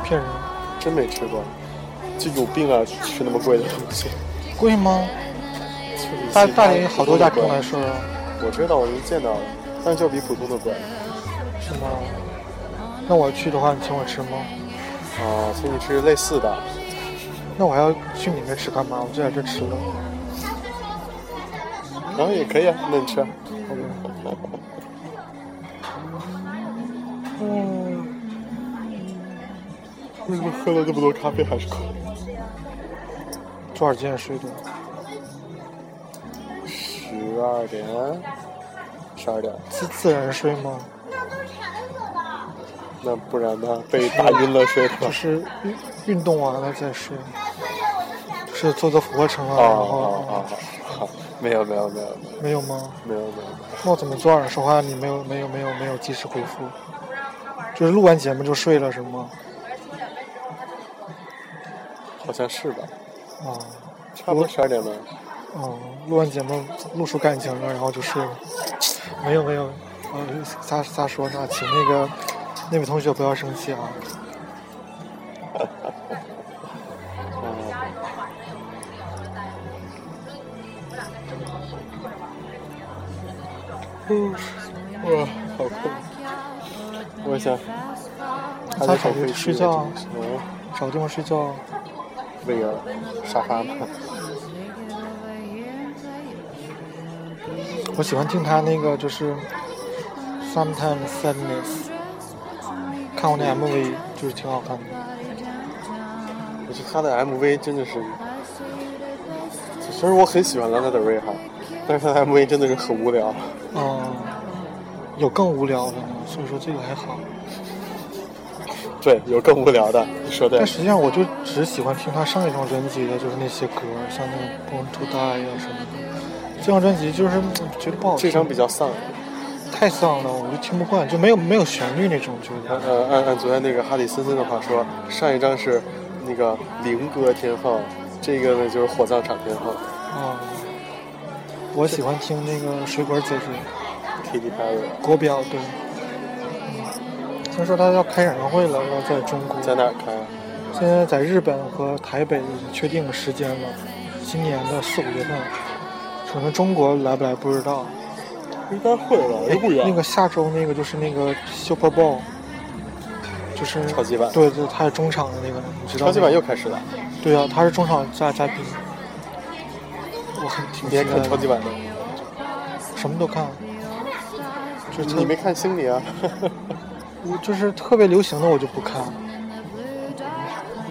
Speaker 3: 骗人，
Speaker 2: 真没吃过，就有病啊！吃那么贵的东西。
Speaker 3: 贵吗？
Speaker 2: 就是
Speaker 3: 大
Speaker 2: 西餐
Speaker 3: 大连有好多家
Speaker 2: 普通的
Speaker 3: 东
Speaker 2: 贵
Speaker 3: 来顺啊，
Speaker 2: 我知道，我能见到，但是就比普通的贵。
Speaker 3: 是吗？那我去的话，你请我吃吗？
Speaker 2: 啊，所以你吃类似的，
Speaker 3: 那我还要去你那吃干嘛？我就在这吃了，
Speaker 2: 然后也可以啊，那你吃啊。
Speaker 3: 好吧？嗯，
Speaker 2: 为什么喝了那么多咖啡还是困？
Speaker 3: 多少件睡的？
Speaker 2: 十二点，十二点，
Speaker 3: 自自然睡吗？
Speaker 2: 那不然呢？被打晕了睡
Speaker 3: 就
Speaker 2: 了。
Speaker 3: 是运运动完了再睡，是做做俯卧撑啊，
Speaker 2: 哦
Speaker 3: 然
Speaker 2: 哦
Speaker 3: 后
Speaker 2: 哦，好，好没有没有没有没有
Speaker 3: 没有吗？
Speaker 2: 没有没有，
Speaker 3: 那我怎么昨晚上说话你没有没有没有没有及时回复？就是录完节目就睡了是吗？
Speaker 2: 好像是吧？
Speaker 3: 啊
Speaker 2: 差不多十二点吧。
Speaker 3: 哦、录完节目露出感情了，然后就睡了。没有没有，呃，咋咋说呢？请那个那位同学不要生气啊。
Speaker 2: 啊，嗯，哇，好困。我想，还
Speaker 3: 他
Speaker 2: 在
Speaker 3: 找
Speaker 2: 找
Speaker 3: 个
Speaker 2: 可以
Speaker 3: 睡觉啊，
Speaker 2: 嗯，
Speaker 3: 找个地方睡觉啊。
Speaker 2: 那个沙发嘛，
Speaker 3: 我喜欢听他那个就是 Sometimes Sadness，看过那 MV 就是挺好看的。
Speaker 2: 我觉得他的 MV 真的是，虽然我很喜欢 Lana Del Rey 哈，但是他的 MV 真的是很无聊。
Speaker 3: 嗯，有更无聊的呢，所以说这个还好。
Speaker 2: 对，有更无聊的，你说对
Speaker 3: 但。实际上我就只喜欢听他上一张专辑的，就是那些歌，像那个 Born to Die 啊什么的。这张专辑就是嗯觉得不好听，
Speaker 2: 这张比较丧，
Speaker 3: 太丧了，我就听不惯，就没有没有旋律那种，就是
Speaker 2: 按按按按昨天那个哈里森森的话说，上一张是那个灵歌天后，这个呢就是火葬场天后
Speaker 3: 啊、我喜欢听那个水果姐姐。
Speaker 2: Katy Perry，
Speaker 3: 国标对。嗯听说他要开演唱会了，要在中国，
Speaker 2: 在哪儿开啊？
Speaker 3: 现在在日本和台北已经确定了时间了，今年的四五月份。可能中国来不来不知道。
Speaker 2: 应该会吧，也不远。
Speaker 3: 那个下周那个就是那个 Super Bowl，就是
Speaker 2: 超级碗
Speaker 3: 对对，他是中场的那个，你知
Speaker 2: 超
Speaker 3: 道、那个？
Speaker 2: 级碗又开始了，
Speaker 3: 对啊，他是中场嘉嘉宾。我很挺
Speaker 2: 你
Speaker 3: 期
Speaker 2: 还
Speaker 3: 待
Speaker 2: 看超级
Speaker 3: 的，
Speaker 2: 碗呢？
Speaker 3: 什么都看，就特
Speaker 2: 你没看星里啊？ [laughs]
Speaker 3: 我就是特别流行的我就不看。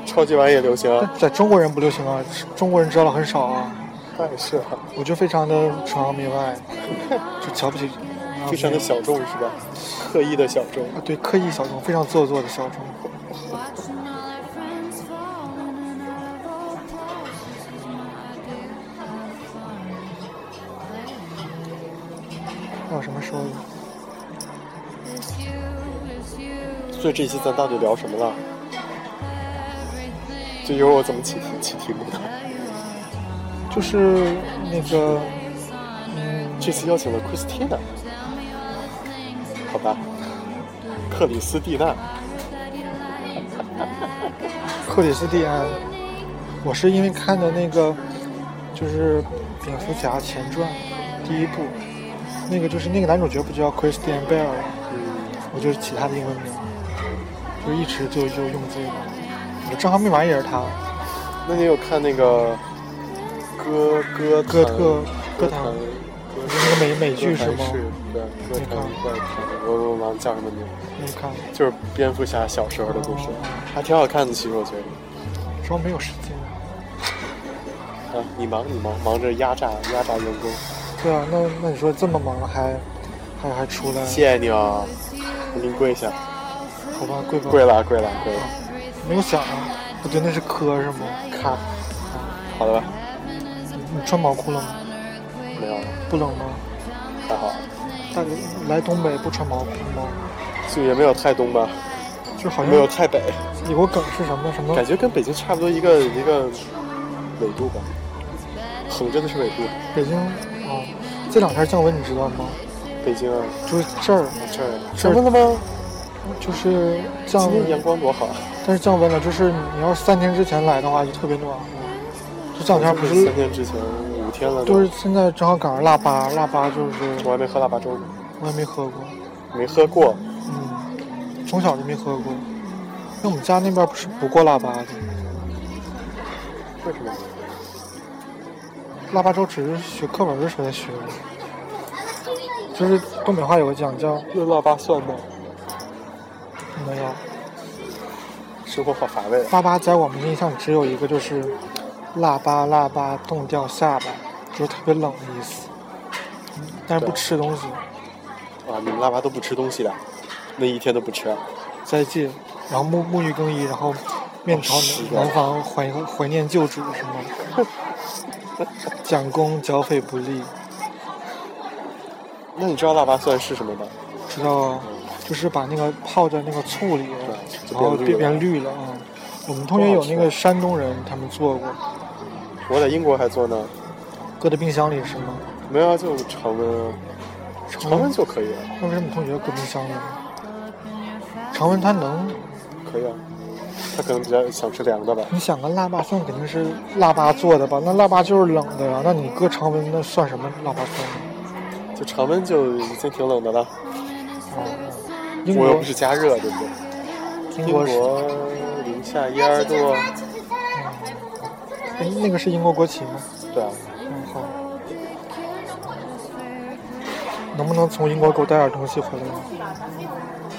Speaker 2: 超级碗也流行啊，
Speaker 3: 但在中国人不流行啊，中国人知道的很少啊，
Speaker 2: 那也是啊，
Speaker 3: 我就非常的崇洋媚
Speaker 2: [laughs]
Speaker 3: 外，就瞧不起，
Speaker 2: 非常的小众是吧？刻意的小众。
Speaker 3: 啊，对，刻意小众，非常做作的小众。
Speaker 1: Watching all our friends fall in and out of old places is my
Speaker 3: 还有什么收益？
Speaker 2: 所以这一期咱到底聊什么了？就一会儿我怎么起题起题目的？
Speaker 3: 就是那个，
Speaker 2: 这次邀请了 Christina，好吧，克里斯蒂娜，
Speaker 3: 克里斯蒂安，我是因为看的那个，就是《蝙蝠侠前传》第一部，那个就是那个男主角不叫 Christian Bale，我就是起他的英文名，就一直就就用这个，我账号密码也是他，
Speaker 2: 那你有看那个哥哥谭
Speaker 3: 哥特
Speaker 2: 哥
Speaker 3: 哥谭
Speaker 2: 谭
Speaker 3: 就
Speaker 2: 哥
Speaker 3: 是那个美美剧
Speaker 2: 哥
Speaker 3: 是
Speaker 2: 谭
Speaker 3: 吗？
Speaker 2: 对，哥
Speaker 3: 你
Speaker 2: 谭
Speaker 3: 看
Speaker 2: 怪谈，我我忘了叫什么名，
Speaker 3: 没有看，
Speaker 2: 就是蝙蝠侠小时候的故事，还挺好看的。其实我觉得，
Speaker 3: 主要没有时间。
Speaker 2: 啊，你忙你忙，忙着压榨压榨员工，
Speaker 3: 对啊，那那你说这么忙还还还出来？
Speaker 2: 谢谢你啊，我给你跪下，
Speaker 3: 好吧，贵吧，
Speaker 2: 跪了啊跪了跪了，
Speaker 3: 没有想啊，不对，那是科是吗？
Speaker 2: 咔，好了吧，
Speaker 3: 你穿毛裤了吗？
Speaker 2: 没有了，
Speaker 3: 不冷吗？
Speaker 2: 还好，
Speaker 3: 大家来东北不穿毛裤吗？
Speaker 2: 就也没有太东吧，
Speaker 3: 就好像
Speaker 2: 没有太北，
Speaker 3: 有个梗是什么什么
Speaker 2: 感觉跟北京差不多一个一个纬度吧，横着的是纬度，
Speaker 3: 北京啊，这两天降温你知道吗？
Speaker 2: 北京啊，
Speaker 3: 就是这儿
Speaker 2: 这儿
Speaker 3: 这
Speaker 2: 什
Speaker 3: 儿
Speaker 2: 么了吗？
Speaker 3: 就是
Speaker 2: 今
Speaker 3: 降
Speaker 2: 天阳
Speaker 3: 温，
Speaker 2: 光多好啊，
Speaker 3: 但是降温了，就是你要是三天之前来的话就特别暖和。嗯就这两天不
Speaker 2: 就是
Speaker 3: 是
Speaker 2: 三，天之前五天了呢，
Speaker 3: 就是现在正好赶上腊八，腊八就是
Speaker 2: 我还没喝腊八粥呢，
Speaker 3: 我也没喝过。
Speaker 2: 没喝过，
Speaker 3: 嗯，从小就没喝过。那我们家那边不是不过腊八的，
Speaker 2: 为什么？
Speaker 3: 腊八粥只是学课文的时候才学的。就是东北话有个讲叫
Speaker 2: 那腊八算吗？
Speaker 3: 没有
Speaker 2: 生活好乏味啊，
Speaker 3: 腊八，在我们的印象里只有一个就是腊八腊八冻掉下巴，就是特别冷的意思。嗯但是不
Speaker 2: 对
Speaker 3: 吃东西，
Speaker 2: 哇啊你们腊八都不吃东西的，那一天都不吃啊，
Speaker 3: 斋戒，然后沐沐浴更衣，然后面朝
Speaker 2: 是的
Speaker 3: 南南方怀怀念旧主是吗？蒋公剿匪不利，
Speaker 2: 那你知道腊八蒜是什么吗？
Speaker 3: 知道啊，就是把那个泡在那个醋里，
Speaker 2: 就
Speaker 3: 然后
Speaker 2: 变绿
Speaker 3: 变
Speaker 2: 了
Speaker 3: 变绿了啊、嗯我们同学有那个山东人，他们做过，
Speaker 2: 我在英国还做呢，
Speaker 3: 搁在冰箱里是吗？
Speaker 2: 没有啊，就常温啊，常温就可以了，
Speaker 3: 那为什么同学搁冰箱里呢？常温它能，
Speaker 2: 可以啊。他可能比较想吃凉的吧，
Speaker 3: 你想啊，腊八蒜肯定是腊八做的吧？那腊八就是冷的呀，那你搁常温那算什么腊八蒜呢？
Speaker 2: 就常温就已经挺冷的了。
Speaker 3: 哦英
Speaker 2: 我又
Speaker 3: 国
Speaker 2: 不是加热，对不对？
Speaker 3: 英
Speaker 2: 英
Speaker 3: 国是
Speaker 2: 国零下一二度，啊
Speaker 3: 哎那个是英国国旗吗？
Speaker 2: 对啊，
Speaker 3: 嗯，好。能不能从英国给我带点东西回来呢？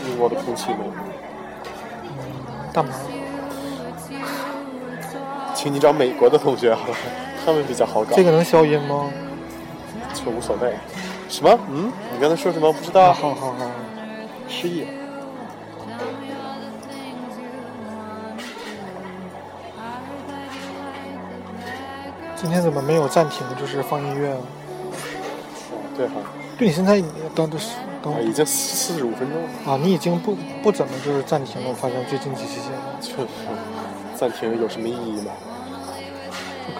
Speaker 2: 英国的空气呢？
Speaker 3: 大麻。
Speaker 2: 请你找美国的同学好了，他们比较好搞，
Speaker 3: 这个能消音吗？
Speaker 2: 就无所谓。什么？嗯，你刚才说什么？不知道
Speaker 3: 啊，
Speaker 2: 啊，
Speaker 3: 好好好，
Speaker 2: 失忆。
Speaker 3: 今天怎么没有暂停？就是放音乐啊。
Speaker 2: 哦对哈、
Speaker 3: 对你现在等等
Speaker 2: 啊，
Speaker 3: 等
Speaker 2: 已经四十五分钟了，
Speaker 3: 啊，你已经不不怎么就是暂停了。我发现最近几期节目，
Speaker 2: 就暂停有什么意义吗？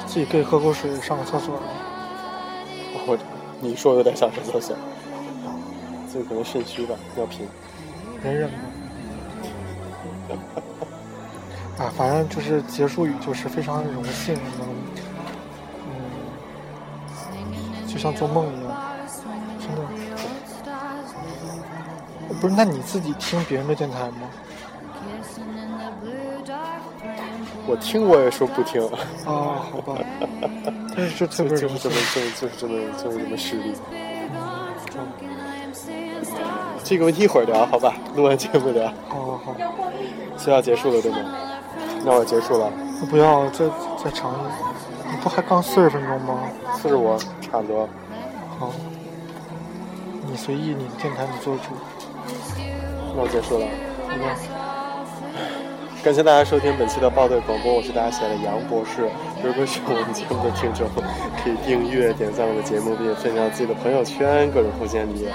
Speaker 3: 自己可以喝口水，上个厕所。
Speaker 2: 我你一说有点想上厕所，这可能肾虚吧，尿频。
Speaker 3: 忍忍吧。 [laughs] 啊，反正就是结束语，就是非常荣幸能，嗯，就像做梦一样，真的。不是，那你自己听别人的电台吗？
Speaker 2: 我听我也说不听，
Speaker 3: 啊，好 [laughs] 吧，但是就特
Speaker 2: 就
Speaker 3: 别
Speaker 2: 就
Speaker 3: 荣
Speaker 2: 是这
Speaker 3: 幸
Speaker 2: 么。就是就是这么就是这么势利。这个问题一会儿聊，好吧？录完节目聊，
Speaker 3: 好好哦好，
Speaker 2: 就要结束了对吗？那我结束了，
Speaker 3: 那不要再再长一点，你不还刚四十分钟吗？
Speaker 2: 四十五差不多。
Speaker 3: 好，你随意，你电台你做主，
Speaker 2: 那我结束了，
Speaker 3: 好吧？
Speaker 2: 感谢大家收听本期的报队广播，我是大家喜爱的杨博士。如果喜欢我们节目的听众，可以订阅、点赞我的节目，并分享自己的朋友圈、各种空间里。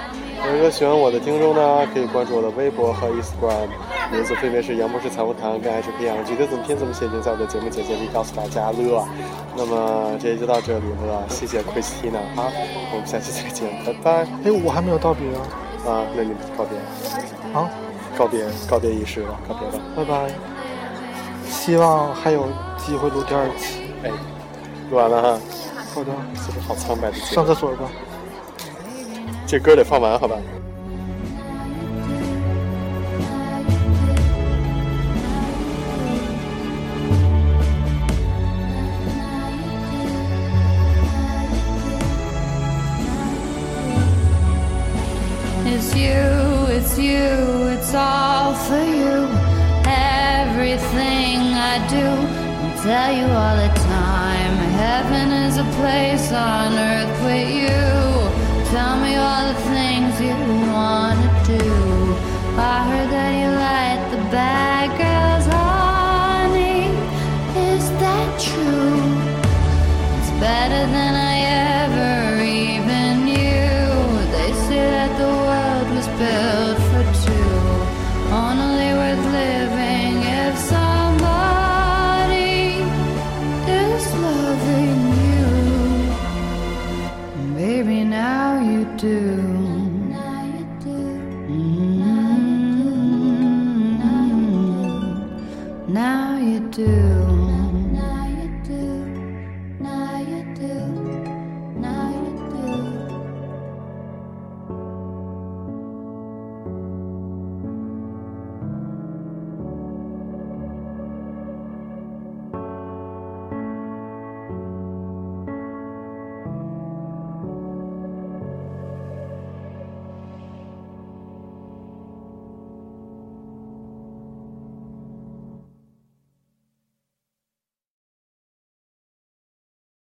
Speaker 2: 如果喜欢我的听众呢，可以关注我的微博和 Instagram，名字分别是杨博士财务堂跟 HP 杨。具体怎么拼怎么写，已经在我的节目简介里告诉大家了。那么这期就到这里了，谢谢 Christina 啊，我们下期再见，拜拜
Speaker 3: 哎，我还没有道别啊！
Speaker 2: 啊！那你们告别，
Speaker 3: 啊，
Speaker 2: 告别，告别仪式了，告别吧，
Speaker 3: 拜拜。希望还有机会录第二期。
Speaker 2: 哎，录完了哈，
Speaker 3: 好的，
Speaker 2: 这是好苍白的结
Speaker 3: 上
Speaker 2: 尾，
Speaker 3: 厕所吧。
Speaker 2: 这歌得放完好吧？
Speaker 1: It's you, it's you, it's all for you. Everything I do, I tell you all the time. Heaven is a place on earth with you. Tell me all the things you wanna do. I heard that you like the bad girls, honey. Is that true? It's better than I ever even knew. They say that the world was built for two. Only worth living if somebody is loving you. Baby, now you do. Now you do. Now you do.